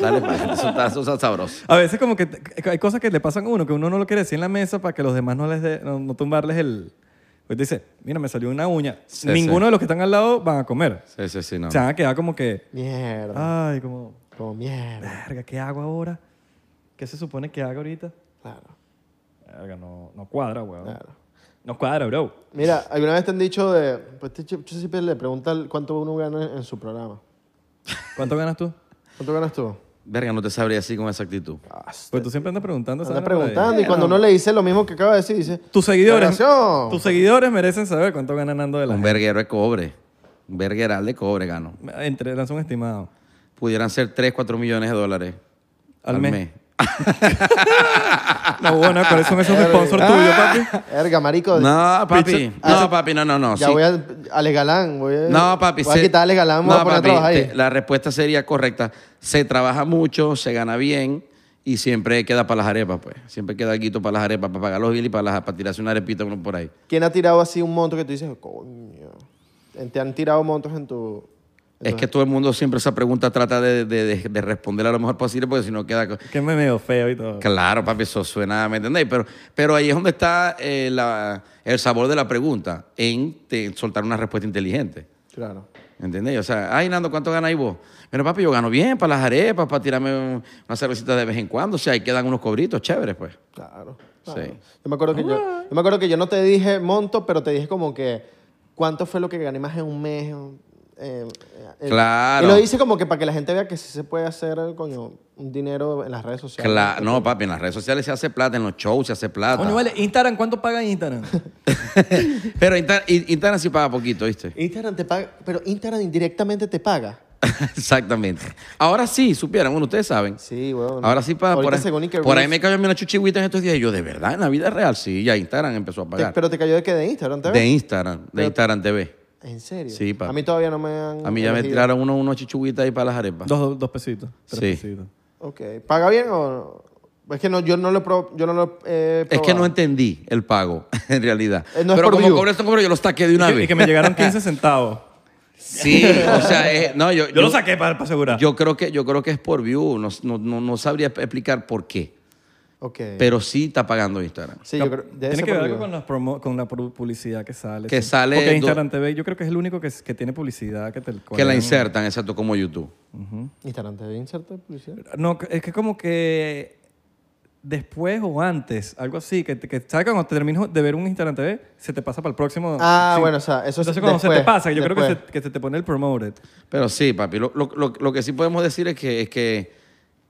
A: Dale para adelante. Eso está, eso está sabroso.
C: A veces como que t- hay cosas que le pasan a uno que uno no lo quiere decir en la mesa para que los demás no les de- no, no tumbarles el... Pues dice, mira, me salió una uña.
A: Sí,
C: Ninguno
A: sí.
C: de los que están al lado van a comer.
A: Sí, sí, sí, no.
C: Se van a quedar como que,
B: Mierda.
C: ay, como,
B: Como mierda.
C: verga, ¿qué hago ahora? ¿Qué se supone que hago ahorita?
B: Claro,
C: Verga, no, no cuadra, weón.
B: claro.
C: No cuadra, bro.
B: Mira, alguna vez te han dicho de... Pues este ch- yo siempre le preguntan cuánto uno gana en- en su programa.
C: ¿Cuánto ganas tú?
B: ¿Cuánto ganas tú?
A: Verga, no te sabría así con exactitud.
C: Pues tú siempre andas preguntando. esa
B: Anda
C: vaina por ahí.
B: preguntando y cuando uno le dice lo mismo que acaba de decir, dice...
C: Tus seguidores,
B: "Relación".
C: tus seguidores merecen saber cuánto gana Nando de la
A: Un
C: gente.
A: verguero de cobre. Un vergueral de cobre gano.
C: Entre, lanza un estimado.
A: Pudieran ser 3, 4 millones de dólares
C: Al mes.
B: Ah.
C: No, bueno, ¿cuáles son esos sponsors tuyos, papi?
B: Erga, marico.
A: No, papi.
B: Picha-
A: No, papi, no, no, no.
B: Ah, Ya
A: sí.
B: voy a Ale Galán. Voy a,
A: No, papi.
B: Voy a
A: se-
B: quitar a Ale Galán, me voy a
A: No,
B: poner a
A: papi,
B: trabajar ahí.
A: te- la respuesta sería correcta. Se trabaja mucho, se gana bien y siempre queda para las arepas, pues. Siempre queda algo para las arepas, para pagar los bills y para, las- para tirarse una arepita uno por ahí.
B: ¿Quién ha tirado así un monto que tú dices, coño? Te han tirado montos en tu. en
A: es
B: tu-
A: que todo el mundo siempre esa pregunta trata de, de, de- de responder a lo mejor posible porque si no queda... co-
C: Que me medio feo y todo.
A: Claro, papi, eso suena, ¿me entendéis? Pero, pero ahí es donde está eh, la- el sabor de la pregunta, en te- soltar una respuesta inteligente.
B: Claro.
A: ¿Entendéis? O sea, ay, Nando, ¿cuánto ganas ahí vos? Pero papi, yo gano bien para las arepas, para tirarme un- una cervecita de vez en cuando. O sea, ahí quedan unos cobritos chéveres, pues.
B: Claro.
A: Sí. Ah.
B: claro. Yo me, acuerdo que yo, yo me acuerdo que yo no te dije monto, pero te dije como que cuánto fue lo que gané más en un mes. en- eh, eh,
A: Claro.
B: Y lo hice como que para que la gente vea que sí se puede hacer, coño, un dinero en las redes sociales.
A: Cla- no, papi, en las redes sociales se hace plata, en los shows se hace plata.
C: Coño, vale, Instagram, ¿cuánto paga Instagram?
A: Pero Insta- I- Instagram sí paga poquito, ¿viste?
B: Instagram te paga, pero Instagram indirectamente te paga.
A: Exactamente. Ahora sí, supieran, bueno, ustedes saben.
B: Sí, weón.
A: Ahora sí paga. Por,
B: Ahorita
A: ahí-
B: según Iker
A: por ahí
B: Reels-
A: me cayó a mí una chuchihuita en estos días. Y yo, de verdad, en la vida real, sí, ya Instagram empezó a
B: te-
A: pagar.
B: pero te cayó de qué? De Instagram, ¿te
A: de Instagram, de Instagram TV.
B: ¿En serio?
A: Sí, papi.
B: A mí todavía no me han.
A: A mí ya me
B: elegido.
A: tiraron unos unos chichiguitas ahí para las arepas.
C: dos, dos pesitos, tres
A: Sí.
C: pesitos.
B: Ok. ¿Paga bien o.? no? Es que no, yo no lo he pro- yo no lo he eh,
A: Es que no
B: probado.
A: entendí el pago, en realidad.
B: Ah. Eh, no es
A: Pero
B: por
A: como
B: view.
A: cobro esto, cobro, yo los taqué de una
C: Y que,
A: vez.
C: y que me llegaron 15 centavos.
A: Sí, o sea, es- no, yo,
C: Yo lo saqué para, para asegurar.
A: yo creo que, yo creo que es por view. No, no, no, no sabría explicar por qué.
B: Ok.
A: Pero sí está pagando Instagram.
B: Sí, yo creo. debe
C: tiene
B: ser
C: que ver
B: por
C: algo
B: video.
C: con, las promo- con la pu- publicidad que sale.
A: Que
C: sí.
A: sale
C: Porque
A: do-
C: Instagram TV yo creo que es el único que, que tiene publicidad que te
A: Que la
C: cuelgan.
A: insertan, exacto, como YouTube.
B: Instagram te debe insertar publicidad.
C: No, es que como que después o antes, algo así, que, te- que ¿sabes? cuando terminas de ver un Instagram TV, se te pasa para el próximo.
B: Ah,
C: sí.
B: bueno, o sea, eso es
C: Entonces cuando se te
B: después,
C: pasa, yo creo que
B: después.
C: se, que se te pone el promoted.
A: Pero sí, papi, lo, lo- lo- lo que sí podemos decir es que, es que,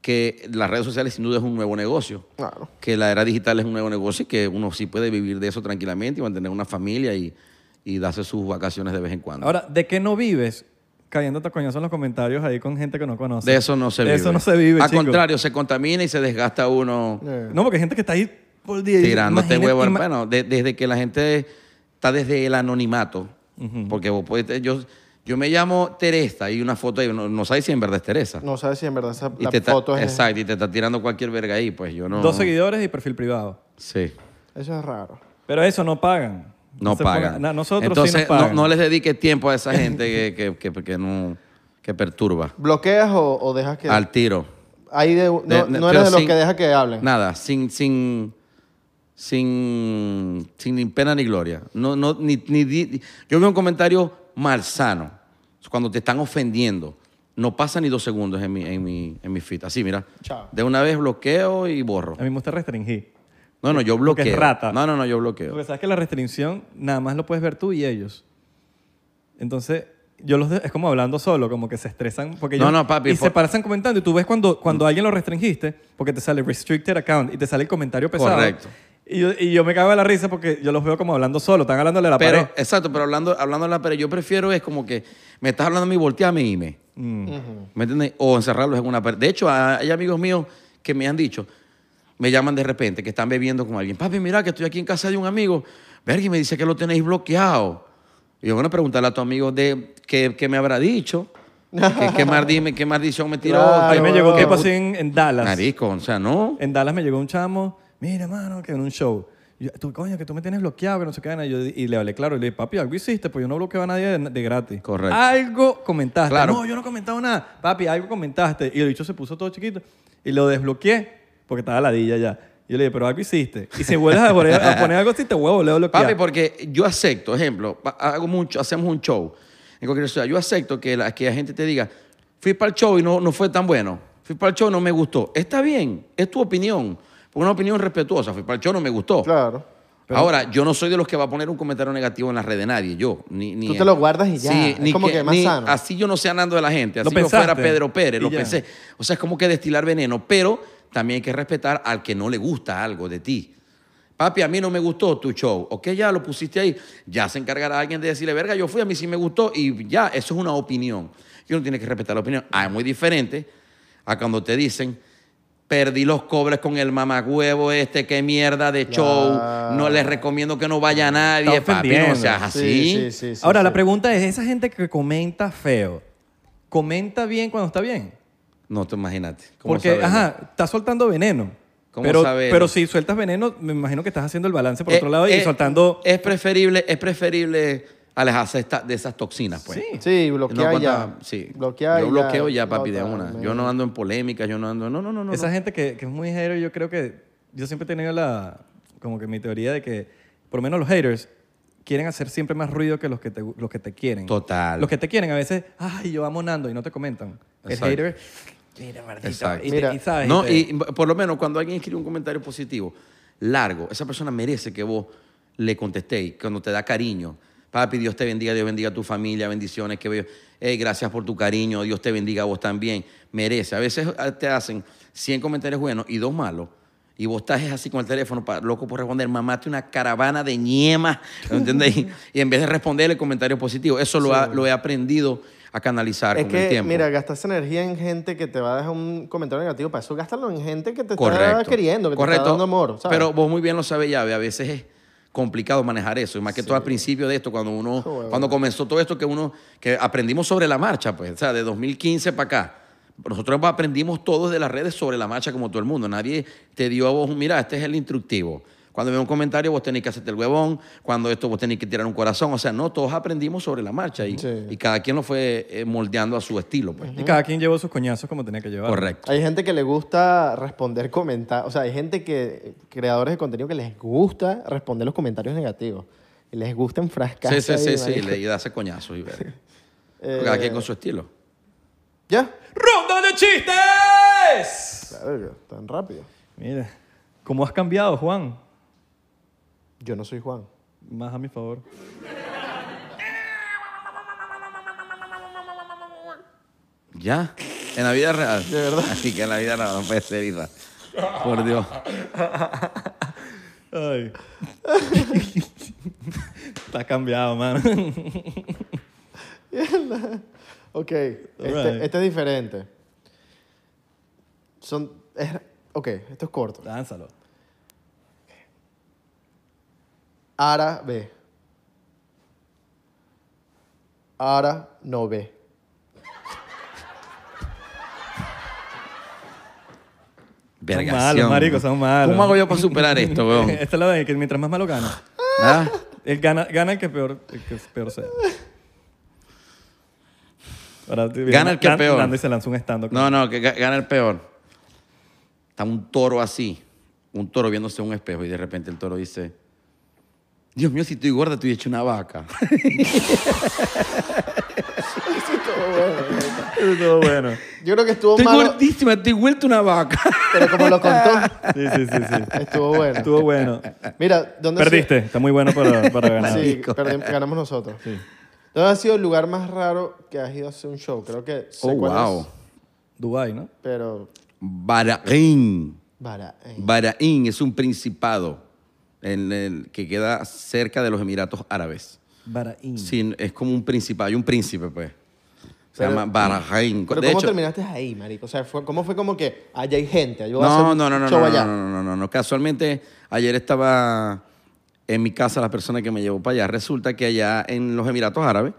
A: que las redes sociales sin duda es un nuevo negocio.
B: Claro.
A: Que la era digital es un nuevo negocio y que uno sí puede vivir de eso tranquilamente y mantener una familia y, y darse sus vacaciones de vez en cuando.
C: Ahora, ¿de qué no vives? Cayéndote a coñazo en los comentarios ahí con gente que no conoce.
A: de eso no se vive.
C: De eso no se vive,
A: Al
C: chico.
A: contrario, se contamina y se desgasta uno
B: Eh.
C: No, porque hay gente que está ahí por el día. y dice,
A: tirándote
C: imagínate,
A: huevo. al-
C: ima-
A: Bueno, de- desde que la gente está desde el anonimato, porque vos puedes, yo, yo me llamo Teresa y una foto ahí, no, no sabes si en verdad es Teresa.
B: No sabes si en verdad esa,
A: Y
B: la
A: te está-
B: foto es.
A: Exacto, y te está tirando cualquier verga ahí, pues yo no.
C: Dos seguidores y perfil privado.
A: Sí,
B: Eso es raro.
C: Pero eso no pagan.
A: no
C: se
A: pagan.
C: pongan- na- nosotros sí
A: Entonces,
C: nos pagan.
A: No, no les dediques tiempo a esa gente que, que, que, que no, que perturba.
B: ¿Bloqueas o, o dejas que.?
A: Al tiro.
B: Ahí de, no,
A: De-
B: no
A: pero
B: eres de los
A: sin-
B: que deja que hablen.
A: Nada, sin, sin, sin, sin ni pena ni gloria. No, no, ni, ni- ni- yo veo un comentario malsano. Cuando te están ofendiendo, no pasa ni dos segundos en mi, en mi, en mi feed. Así, mira.
B: Chao.
A: De una vez bloqueo y borro.
C: A mí me gusta restringir.
A: No, no, yo
C: Porque
A: bloqueo.
C: es rata.
A: No, no, no, yo bloqueo.
C: Porque sabes que la restricción nada más lo puedes ver tú y ellos. Entonces, yo los de- es como hablando solo, como que se estresan porque
A: No,
C: ellos-
A: no, papi,
C: y se
A: por- Mm.
C: pasan comentando y tú ves cuando cuando a alguien lo restringiste porque te sale restricted account y te sale el comentario pesado.
A: Correcto.
C: Y yo, y yo me cago de la risa porque yo los veo como hablando solo, están hablándole a la
A: Pero,
C: pared.
A: exacto, pero hablando, hablando de la pared, yo prefiero es como que me estás hablando a mí, volteame y me. ¿Me entiendes? O encerrarlos en una pared. De hecho, a- hay amigos míos que me han dicho, me llaman de repente, que están bebiendo con alguien. Papi, mira que estoy aquí en casa de un amigo. Verga, y me dice que lo tenéis bloqueado. Y yo, bueno, preguntarle a tu amigo de qué, qué me habrá dicho. ¿Qué, qué, maldime- qué maldición me tiró?
B: Claro,
C: A mí me llegó un
A: qué
C: tipo
A: put-
C: así en, en Dallas.
A: Marico, o sea, no.
C: En Dallas me llegó un chamo, mira, mano, que en un show. Y yo, tú, coño, que tú me tienes bloqueado, que no sé qué. Y, yo, y le hablé claro. Y le dije, papi, algo hiciste, pues yo no bloqueo a nadie de, de gratis.
A: Correcto.
C: Algo comentaste.
A: Claro.
C: No, yo no he comentado nada. Papi, algo comentaste. Y el bicho se puso todo chiquito. Y lo desbloqueé, porque estaba ladilla ya. Y yo le dije, pero algo hiciste. Y si vuelves a, poner- a poner algo así, te voy a volver a bloquear.
A: Papi, porque yo acepto, ejemplo, pa- hago mucho, hacemos un show en cualquier ciudad. Yo acepto que la, que la gente te diga, fui para el show y no, no fue tan bueno. Fui para el show y no me gustó. Está bien, es tu opinión. Una opinión respetuosa. Fui para el show no me gustó.
B: Claro.
A: Ahora, yo no soy de los que va a poner un comentario negativo en la red de nadie, yo. Ni, ni-
B: Tú te lo guardas y ya,
A: Sí,
B: es como que más
A: ni-
B: sano.
A: Así yo no sea Nando de la gente,
C: Lo
A: así yo fuera
C: pensaste,
A: Pedro Pérez,
C: y
A: lo
C: ya.
A: pensé. O sea, es como que destilar veneno, pero también hay que respetar al que no le gusta algo de ti. Papi, a mí no me gustó tu show. Ok, ya lo pusiste ahí. Ya se encargará alguien de decirle, verga, yo fui, a mí sí me gustó. Y ya, eso es una opinión. Y uno tiene que respetar la opinión. Ah, es muy diferente a cuando te dicen, Perdí los cobres con el mamagüevo este, qué mierda de show.
B: Claro.
A: No les recomiendo que no vaya nadie,
C: Está
A: papi, no
C: ofendiendo.
A: seas
B: Sí,
A: así.
B: sí, sí, sí,
C: Ahora,
B: sí.
C: la pregunta es, esa gente que comenta feo, ¿comenta bien cuando está bien?
A: No te imagínate. ¿cómo
C: Porque,
A: saberlo?
C: ajá, estás soltando veneno.
A: ¿Cómo
C: pero,
A: saberlo?
C: pero si sueltas veneno, me imagino que estás haciendo el balance por
A: Eh,
C: otro lado y
A: eh,
C: soltando...
A: Es preferible, es preferible alejarse esta- de esas toxinas, pues.
C: Sí.
B: Sí,
A: No
B: bloquea ya.
A: aguanta- sí.
B: Bloquea
A: yo
B: y
A: bloqueo ya, papi, de
B: Totalmente.
A: una. Yo no ando en polémicas, yo no ando. No, no, no, no.
C: Esa
A: no.
C: gente que, que es muy hater, yo creo que yo siempre he tenido la como que mi teoría de que por lo menos los haters quieren hacer siempre más ruido que los que te, los que te quieren.
A: Total.
C: Los que te quieren a veces, ay, yo amo Nando y no te comentan.
A: Exacto.
C: El hater, mira, maldito.
A: Exacto.
C: Y, te-
B: Mira,
C: y sabes,
A: No,
C: te-
B: Este,
A: y b- por lo menos cuando alguien escribe un comentario positivo, largo, esa persona merece que vos le contestéis, cuando te da cariño. Papi, Dios te bendiga, Dios bendiga a tu familia, bendiciones, que veo. Hey, gracias por tu cariño, Dios te bendiga a vos también. Merece. A veces ah, te hacen 100 comentarios buenos y dos malos. Y vos estás es así con el teléfono, pa- loco por responder, mamaste una caravana de ñemas, ¿entendés? Y- y en vez de responderle comentarios positivos, eso lo, ha- lo he aprendido a canalizar
B: Es
A: con el
B: que,
A: tiempo.
B: mira, gastas energía en gente que te va a dejar un comentario negativo. Para eso gástalo en gente que te está
A: Correcto.
B: queriendo, que te está dando amor. ¿sabes?
A: Pero vos muy bien lo sabes, Llave. A veces es complicado manejar eso. Y más que todo al principio de esto, cuando uno,
B: Joder.
A: cuando comenzó todo esto, que uno, que aprendimos sobre la marcha, pues, o sea, de 2015 para acá. Nosotros aprendimos todos de las redes sobre la marcha como todo el mundo. Nadie te dio a vos, un, mira, este es el instructivo. Cuando veo un comentario, vos tenés que hacerte el huevón. Cuando esto, vos tenés que tirar un corazón. O sea, no, todos aprendimos sobre la marcha. Y,
B: Sí.
A: y cada quien lo fue eh, moldeando a su estilo, pues.
C: y cada quien llevó sus coñazos como tenía que llevar.
A: Correcto.
B: Hay gente que le gusta responder comentarios. O sea, hay gente que, creadores de contenido, que les gusta responder los comentarios negativos. Y les gusta enfrascarse.
A: Sí, sí,
B: ahí,
A: sí, sí.
B: marico.
A: Le y darse coñazo y ver.
B: Eh,
A: Cada quien con su estilo.
B: ¿Ya?
C: ¡Ronda de chistes!
B: Claro, tan rápido.
C: Mira, ¿cómo has cambiado, Juan?
B: Yo no soy Juan.
C: Más a mi favor.
A: ¿Ya? En la vida real.
B: De verdad.
A: Así que en la vida real no puede ser Isra. Por Dios.
C: Ay. Está cambiado, mano.
B: Ok, este,
C: Alright.
B: este es diferente. Son. es- ok, esto es corto.
C: Lánzalo.
B: Ahora ve. Ahora no ve.
A: Vergación.
C: Son malos, marico, son malos.
A: ¿Cómo hago yo para superar esto, weón?
C: Esta es la de que mientras más malo gana.
A: ¿Ah?
C: Él gana, gana el que peor, el que peor sea. Ahora,
A: Gana el que
C: Nan-
A: peor.
C: Nando y se lanzó un stand-up.
A: No, no, que ga- gana el peor. Está un toro así, un toro viéndose en un espejo y de repente el toro dice, Dios mío, si estoy gorda, estoy hecho una vaca.
C: Estuvo bueno.
B: Yo creo que estuvo
A: Estoy
B: malo,
A: gordísima, estoy vuelta una vaca.
B: pero como lo contó,
C: Sí, sí, sí, sí.
B: estuvo bueno.
C: Estuvo bueno.
B: Mira, ¿dónde ha sido-
C: Perdiste. Está muy bueno para, para ganar.
B: Sí,
A: Marico.
B: perdi- ganamos nosotros. ¿Dónde ha sido el lugar más raro que has ido a hacer un show? Creo que sé
A: Oh,
B: cuál es,
A: wow.
C: Dubai, ¿no?
B: pero
A: Bahrein.
B: para eh,
A: Bahrein es un principado en el que queda cerca de los Emiratos Árabes.
B: Mm.
C: Bahrein.
A: Sí, es como un príncipe, hay un príncipe, pues. Se
B: Pero- mm.
A: llama Bahrein.
B: Pero
A: de
B: ¿cómo
A: hecho,
B: terminaste ahí, marico? O sea, fue, ¿cómo fue como que allá hay gente? Yo voy a hacer
A: no,
B: un
A: no, no, no, no,
B: show
A: no,
B: allá.
A: no, no, no, no. Casualmente, ayer estaba en mi casa la persona que me llevó para allá. Resulta que allá en los Emiratos Árabes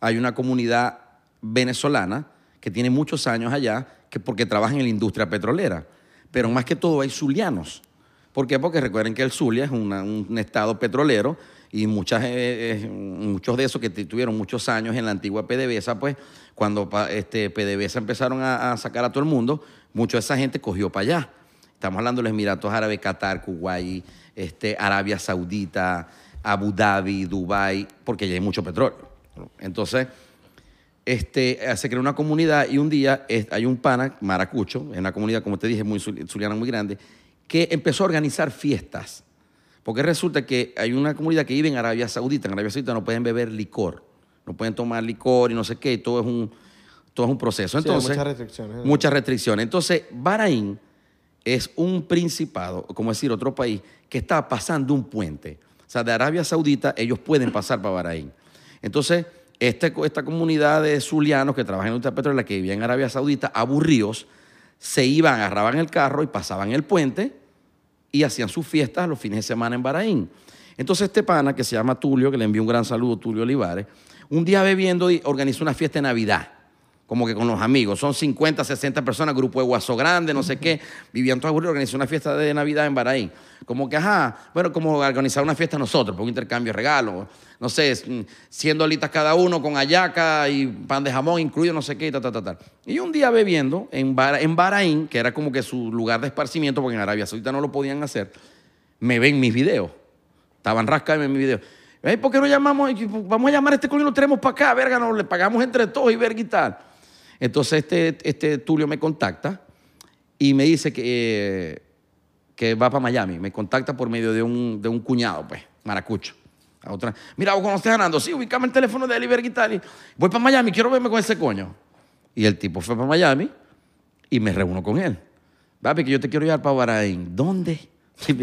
A: hay una comunidad venezolana que tiene muchos años allá que porque trabajan en la industria petrolera. Pero más que todo hay zulianos. ¿Por qué? Porque recuerden que el Zulia es una- un estado petrolero y muchas, eh, eh, muchos de esos que t- tuvieron muchos años en la antigua PDVSA, pues cuando pa- este, PDVSA empezaron a, a sacar a todo el mundo, mucha de esa gente cogió para allá. Estamos hablando de los Emiratos Árabes, Qatar, Kuwait, este, Arabia Saudita, Abu Dhabi, Dubái, porque allí hay mucho petróleo. ¿no? Entonces, este, eh, se creó una comunidad y un día es- hay un pana, Maracucho, en una comunidad, como te dije, muy zul- zuliana, muy grande, que empezó a organizar fiestas. Porque resulta que hay una comunidad que vive en Arabia Saudita. En Arabia Saudita no pueden beber licor, no pueden tomar licor y no sé qué, y todo es un, todo es un proceso.
B: hay
A: Entonces,
B: muchas restricciones, ¿no?
A: Muchas restricciones. Entonces, Bahrein es un principado, como decir, otro país, que está pasando un puente. O sea, de Arabia Saudita ellos pueden pasar para Bahrein. Entonces, este- esta comunidad de zulianos que trabajan en la industria petrolera, que vivían en Arabia Saudita, aburridos, se iban, agarraban el carro y pasaban el puente y hacían sus fiestas los fines de semana en Bahrein. Entonces este pana que se llama Tulio, que le envío un gran saludo, Tulio Olivares, un día bebiendo y organizó una fiesta de Navidad, como que con los amigos. Son 50, 60 personas, grupo de Guaso Grande, no sé qué. Vivían todos aburridos, organizó una fiesta de Navidad en Bahrein. Como que, ajá, bueno, como organizar una fiesta nosotros, por un intercambio de regalos, no sé, es, mm, 100 dolitas cada uno con ayaca y pan de jamón incluido, no sé qué, y ta, ta, ta, ta. Y un día bebiendo en, Bahra- en Bahrein, que era como que su lugar de esparcimiento, porque en Arabia Saudita no lo podían hacer, me ven mis videos. Estaban rascando en mi video. Ey, ¿Por qué no llamamos? Y, Vamos a llamar a este coño y lo traemos para acá, verga, nos le pagamos entre todos y verga y tal. Entonces este, este Tulio me contacta y me dice que, eh, que va para Miami. Me contacta por medio de un, de un cuñado, pues, maracucho. A otra, Mira, vos conoces a Nando, sí, ubicame el teléfono de él y verga y tal. Y voy para Miami, quiero verme con ese coño. Y el tipo fue para Miami y me reúno con él. Papi, que yo te quiero llevar para Bahrein. ¿Dónde?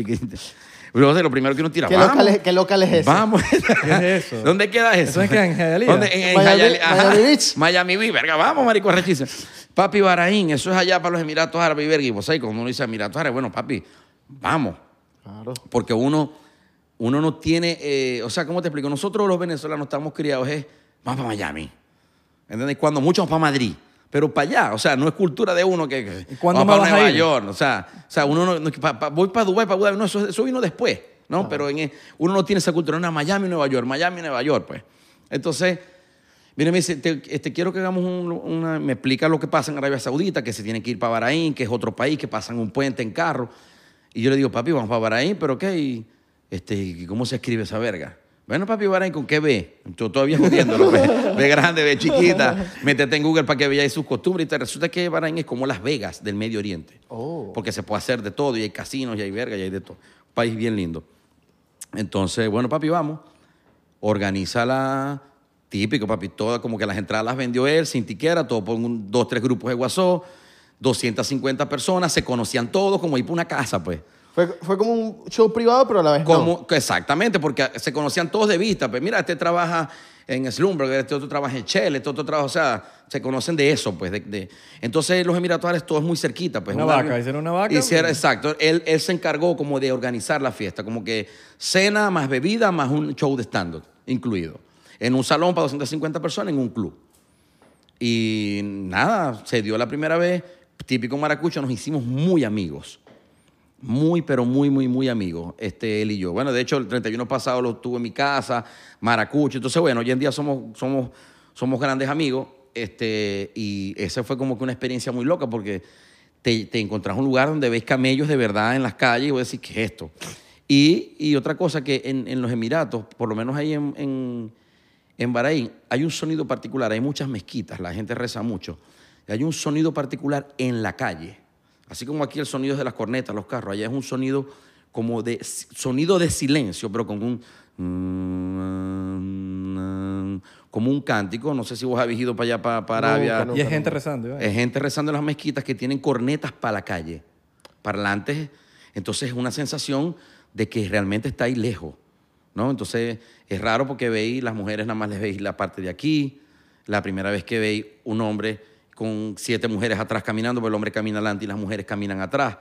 A: Pero, lo primero que uno tira,
B: ¿Qué
A: vamos.
B: local, es, ¿Qué local es ese?
A: Vamos.
C: ¿Qué es eso?
A: ¿Dónde queda eso?
C: ¿Eso es que en Hialeah?
A: ¿Dónde? En, en
B: Miami-
A: Hialeah, ajá.
B: Miami Beach.
A: Miami Beach, verga, vamos, marico, es rechísimo. Papi Bahrein, eso es allá para los Emiratos Árabes, y verga. Y vos sabés, cuando uno dice Emiratos Árabes, bueno, papi, vamos.
B: Claro.
A: Porque uno, uno no tiene, eh, o sea, ¿cómo te explico? Nosotros los venezolanos estamos criados, es, vamos para Miami. ¿Entendés? Cuando muchos para Madrid. Pero para allá, o sea, no es cultura de uno que. que,
C: ¿Y cuándo
A: vamos para
C: más vas a
A: Nueva
C: ir?
A: York? O sea, o sea uno no. no, que pa- pa- voy para Dubái, para Abu Dhabi. No, eso, eso vino después, ¿no? Pero en, e, uno no tiene esa cultura. No, Miami, Nueva York, Miami, Nueva York, pues. Entonces, Mira, me dice, te, este, quiero que hagamos un- una... Me explica lo que pasa en Arabia Saudita, que se tiene que ir para Bahrein, que es otro país, que pasan un puente en carro. Y yo le digo, papi, vamos para Bahrein, pero ¿qué? Y, este, ¿y ¿Cómo se escribe esa verga? Bueno, papi, Bahrein, ¿con qué ve? Yo todavía jodiéndolo. ve, ve grande, ve chiquita. Métete en Google para que veáis sus costumbres. Y te resulta que Bahrein es como Las Vegas del Medio Oriente.
B: Oh.
A: Porque se puede hacer de todo. Y hay casinos, y hay verga, y hay de todo. Un país bien lindo. Entonces, bueno, papi, vamos organiza la típico, papi, toda como que las entradas las vendió él sin tiquera, todo por un, dos, tres grupos de WhatsApp, 250 personas, se conocían todos como ir para una casa, pues.
B: Fue, fue como un show privado, pero a la vez no.
A: Como, Exactamente, porque se conocían todos de vista. Pues mira, este trabaja en Slumberg, este otro trabaja en Shell, este otro trabaja, o sea, se conocen de eso, pues. De, de- Entonces, los Emiratos Árabes, todo es muy cerquita, pues.
C: Una vaca, hicieron una vaca,
A: Hicieron,
C: pues.
A: exacto. Él, él se encargó como de organizar la fiesta, como que cena más bebida más un show de stand-up incluido. En un salón para 250 personas, en un club. Y nada, se dio la primera vez, típico maracucho, nos hicimos muy amigos. Muy, pero muy, muy, muy amigos, este, él y yo. Bueno, de hecho, el 31 pasado lo tuve en mi casa, Maracucho. Entonces, bueno, hoy en día somos, somos, somos grandes amigos. Este, y esa fue como que una experiencia muy loca porque te, te encontrás un lugar donde ves camellos de verdad en las calles y vos decís, ¿qué es esto? Y, y otra cosa que en, en los Emiratos, por lo menos ahí en, en, en Bahrein, hay un sonido particular. Hay muchas mezquitas, la gente reza mucho. Y hay un sonido particular en la calle. Así como aquí el sonido es de las cornetas, los carros, allá es un sonido como de si- sonido de silencio, pero con un como un cántico. No sé si vos habéis ido para allá, para, para
B: Nunca,
A: Arabia.
B: nunca.
C: Y es gente rezando. ¿eh?
A: Es gente rezando en las mezquitas que tienen cornetas para la calle, parlantes. Entonces es una sensación de que realmente está ahí lejos, ¿no? Entonces es raro porque veis, las mujeres nada más les veis la parte de aquí. La primera vez que veis un hombre con siete mujeres atrás caminando, pues el hombre camina adelante y las mujeres caminan atrás.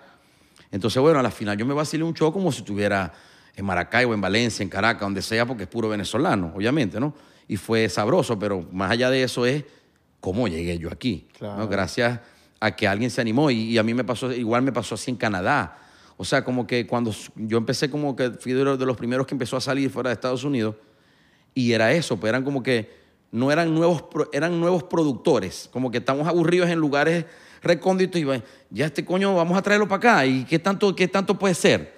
A: Entonces, bueno, a la final yo me vacilé un show como si estuviera en Maracaibo, en Valencia, en Caracas, donde sea, porque es puro venezolano, obviamente, ¿no? Y fue sabroso, pero más allá de eso es cómo llegué yo aquí. ¿no?
B: Claro.
A: Gracias a que alguien se animó y, y a mí me pasó, igual me pasó así en Canadá. O sea, como que cuando s- yo empecé, como que fui de los, de los primeros que empezó a salir fuera de Estados Unidos, y era eso, pues eran como que no eran nuevos, pro- eran nuevos productores, como que estamos aburridos en lugares recónditos y va- ya este coño vamos a traerlo para acá y qué tanto, qué tanto puede ser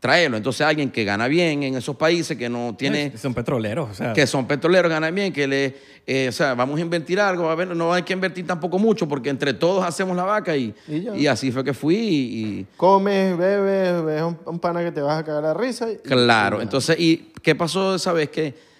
A: traerlo. Entonces alguien que gana bien en esos países, que no tiene,
C: Son petroleros, o sea.
A: que son petroleros, gana bien, que le, eh, o sea, vamos a invertir algo, a ver, no hay que invertir tampoco mucho porque entre todos hacemos la vaca y,
B: Y ya.
A: y así fue que fui y- y
B: Comes, bebes, ves un, un pana que te vas a cagar la risa. y-
A: Claro,
B: y ya.
A: entonces, ¿y qué pasó esa vez que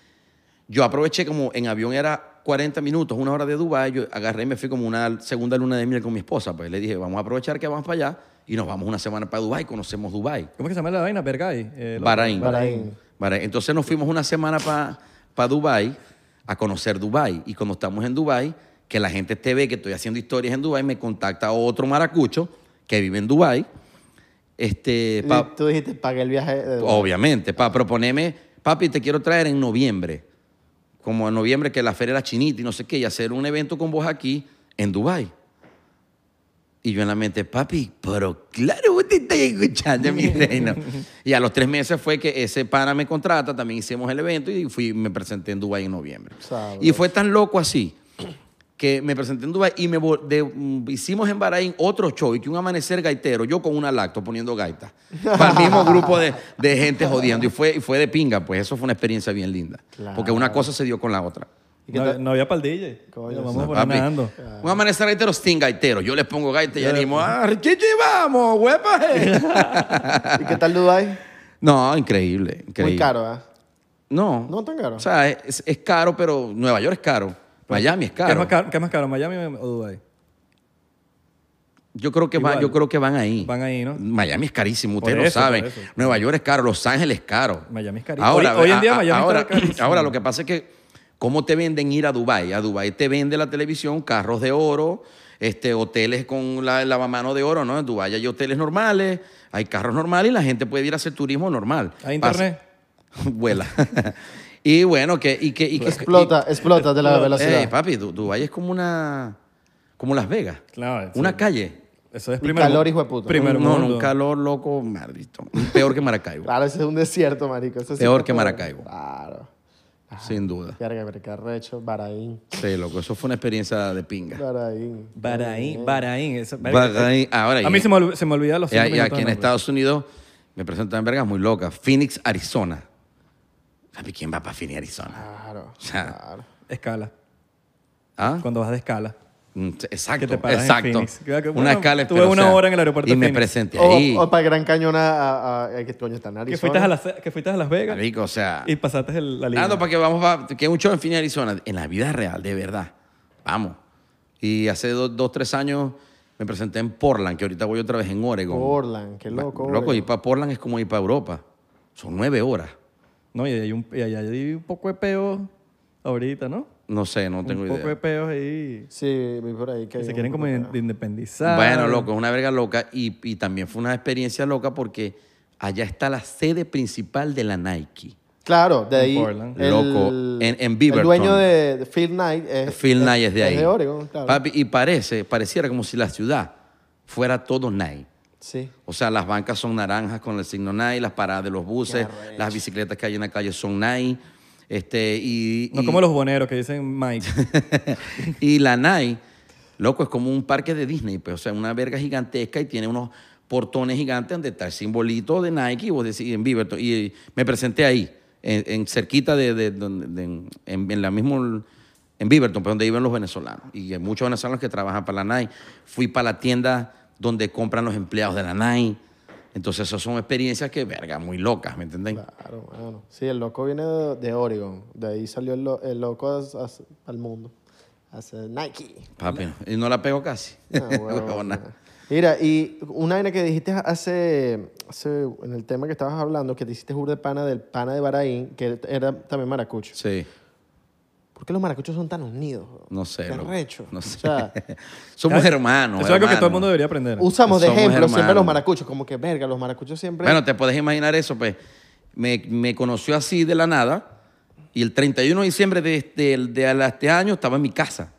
A: yo aproveché como en avión era 40 minutos, una hora de Dubái, yo agarré y me fui como una segunda luna de miel con mi esposa, pues le dije, vamos a aprovechar que vamos para allá y nos vamos una semana para Dubái, conocemos Dubái.
C: ¿Cómo es que se llama la vaina? Bergay. eh, la-
A: Bahrein.
B: Bahrein.
A: Bahrein. Entonces nos fuimos una semana para Dubai Dubái a conocer Dubái. Y cuando estamos en Dubái, que la gente te ve que estoy haciendo historias en Dubái, me contacta otro maracucho que vive en Dubái. Este, pa- Oh.
B: Tú dijiste, pagué el viaje. de Dubái.
A: Obviamente, para proponerme, papi, te quiero traer en noviembre, como en noviembre que la feria era chinita y no sé qué, y hacer un evento con vos aquí en Dubai. Y yo en la mente, papi, pero claro, vos te estás escuchando, mi reino. Y a los tres meses fue que ese pana me contrata, también hicimos el evento y fui, me presenté en Dubai en noviembre.
B: Sabroso.
A: Y fue tan loco así que me presenté en Dubai y me vol- de- mm, hicimos en Bahrein otro show y que un amanecer gaitero, yo con una lacto poniendo gaita, para el mismo grupo de, de gente jodiendo. Y fue, y fue de pinga, pues eso fue una experiencia bien linda.
B: Claclaro.
A: Porque una cosa se dio con la otra.
B: ¿Y qué
C: No,
B: tal?
C: no había paldilla.
B: Coño,
C: Lo
B: sí.
C: vamos a poner
A: Papi,
C: nadando.
A: un amanecer gaitero, sin gaitero. Yo les pongo gaita y
C: Ya.
A: animo, ¡ah, chichi, vamos, huepa! eh".
B: ¿Y qué tal Dubái?
A: no, increíble, increíble.
B: Muy caro, ¿ah?
A: No.
B: No tan caro.
A: O sea, es, es caro, pero Nueva York es caro. Miami es
C: ¿Qué es
A: caro.
C: más caro, qué es más caro, Miami o Dubai?
A: Yo creo que van,
C: Igual.
A: yo creo que van ahí.
C: Van ahí, ¿no?
A: Miami es carísimo,
C: Por
A: ustedes lo
C: eso, por
A: saben.
C: eso.
A: Nueva York es caro, Los Ángeles es caro.
C: Miami es carísimo. Hoy- hoy en día Miami
A: ahora,
C: está carísimo.
A: Ahora lo que pasa es que cómo te venden ir a Dubai, a Dubai te vende la televisión, carros de oro, este hoteles con la lavamano de oro, ¿no? En Dubai hay hoteles normales, hay carros normales y la gente puede ir a hacer turismo normal.
C: ¿Hay internet?
A: Pasa- Vuela. y bueno, que y que y que-
B: Explota, explota de la
A: y- Ey,
B: velocidad.
A: papi, Du- Dubai es como una como Las Vegas.
C: Claro.
A: Una
C: sí.
A: calle.
C: Eso es
B: Y
C: primer
B: calor,
C: mu-
B: hijo de puta.
C: Primer
A: no,
C: mundo.
A: un calor loco, maldito. Peor que Maracaibo,
B: Claro, ese es un desierto, marico. Ese sí
A: Peor
B: está
A: que
B: todo-
A: Maracaibo.
B: Claro. Ah,
C: Ah.
A: sin duda.
B: Verga, pero qué arrecho. Bahrein.
A: Sí, loco, eso fue una experiencia de pinga.
B: Bahrein. Eh.
C: Bahrein, Bahrein. esa-
A: Bahrein, ahora
C: eh, A mí
A: y-
C: se me, ol- se me olvida los
A: Y, a-
C: cinco
A: y
C: minutos
A: aquí en
C: de nombre.
A: Estados Unidos me presentan en vergas muy locas. Phoenix, Arizona. ¿Sabes quién va para Phoenix, Arizona?
B: Claro.
A: sea,
B: claro.
C: Escala.
A: ¿ah?
C: Cuando vas de escala.
A: Mm, Exacto,
C: te paras en
A: exacto.
C: Phoenix. Que- que-
A: una
C: bueno,
A: escala.
C: tuve
A: pero,
C: una hora en el aeropuerto
A: Y
C: de
A: me
C: Phoenix.
A: presenté ahí.
B: O, o para Gran Cañón a, a, a- que coño está en
C: Que
B: Arizona.
C: fuiste, a las, que fuiste a Las Vegas
A: marico, o sea.
C: y pasaste el- la línea.
A: Ando para que vamos Ah, pa- que un show en Phoenix, Arizona, en la vida real, de verdad. Vamos. Y hace dos, dos, tres años me presenté en Portland, que ahorita voy otra vez en Oregon.
B: Portland, qué
A: Ma-
B: loco.
A: Loco,
B: Oregon.
A: ir para Portland es como ir para Europa. Son nueve horas.
C: No, y hay un, y allá hay un poco de peos ahorita, ¿no?
A: No sé, no tengo
C: un
A: idea.
C: poco de peos ahí.
B: Sí, vi por ahí que
C: Que
B: hay
C: se
B: un-
C: quieren como in- independizar.
A: Bueno, loco, es una verga loca. Y, y también fue una experiencia loca porque allá está la sede principal de la Nike.
B: Claro, de
C: En
B: ahí.
C: Portland.
A: Loco, en- en
B: El
A: Beaverton.
B: dueño de, de Phil Knight es.
A: Phil Nye es de ahí.
B: Es de Oregon, claro.
A: Papi, y parece, pareciera como si la ciudad fuera todo Nike.
B: Sí.
A: O sea, las bancas son naranjas con el signo Nike, las paradas de los buses,
B: Qué arrecho.
A: las bicicletas que hay en la calle son Nike. Este, y,
C: No
A: y-
C: como los boneros que dicen Mike.
A: y la Nike, loco, es como un parque de Disney, pues, o sea, una verga gigantesca y tiene unos portones gigantes donde está el simbolito de Nike y vos decís en Beaverton. Y eh, me presenté ahí, en, en cerquita de, de- donde- de- en, en la misma, en Beaverton, pues, donde viven los venezolanos. Y hay muchos venezolanos que trabajan para la Nike. Fui para la tienda donde compran los empleados de la Nike. Entonces, esas son experiencias que, verga, muy locas, ¿me entienden?
B: Claro, bueno. Sí, el loco viene de, de Oregon. De ahí salió el, lo- el loco as- as- al mundo. Hace Nike.
A: Papi, y no la pego casi.
B: Ah, huevón.
A: Huevona.
B: Mira, y una vaina que dijiste hace, hace- en el tema que estabas hablando, que te hiciste jur de pana del pana de Bahrein, que era también maracucho.
A: Sí.
B: ¿Por qué los maracuchos son tan unidos? bro?
A: No sé,
B: Qué
A: loco.
B: arrecho.
A: No
B: O
A: sé.
B: sea,
A: Somos hermanos.
C: Eso es algo que
A: hermanos.
C: todo el mundo debería aprender.
B: usamos de
A: Somos
B: ejemplo siempre
A: hermanos.
B: los maracuchos, como que verga, los maracuchos siempre.
A: Bueno, te puedes imaginar eso, pues. Me, me conoció así de la nada y el 31 de diciembre de este, de este año estaba en mi casa.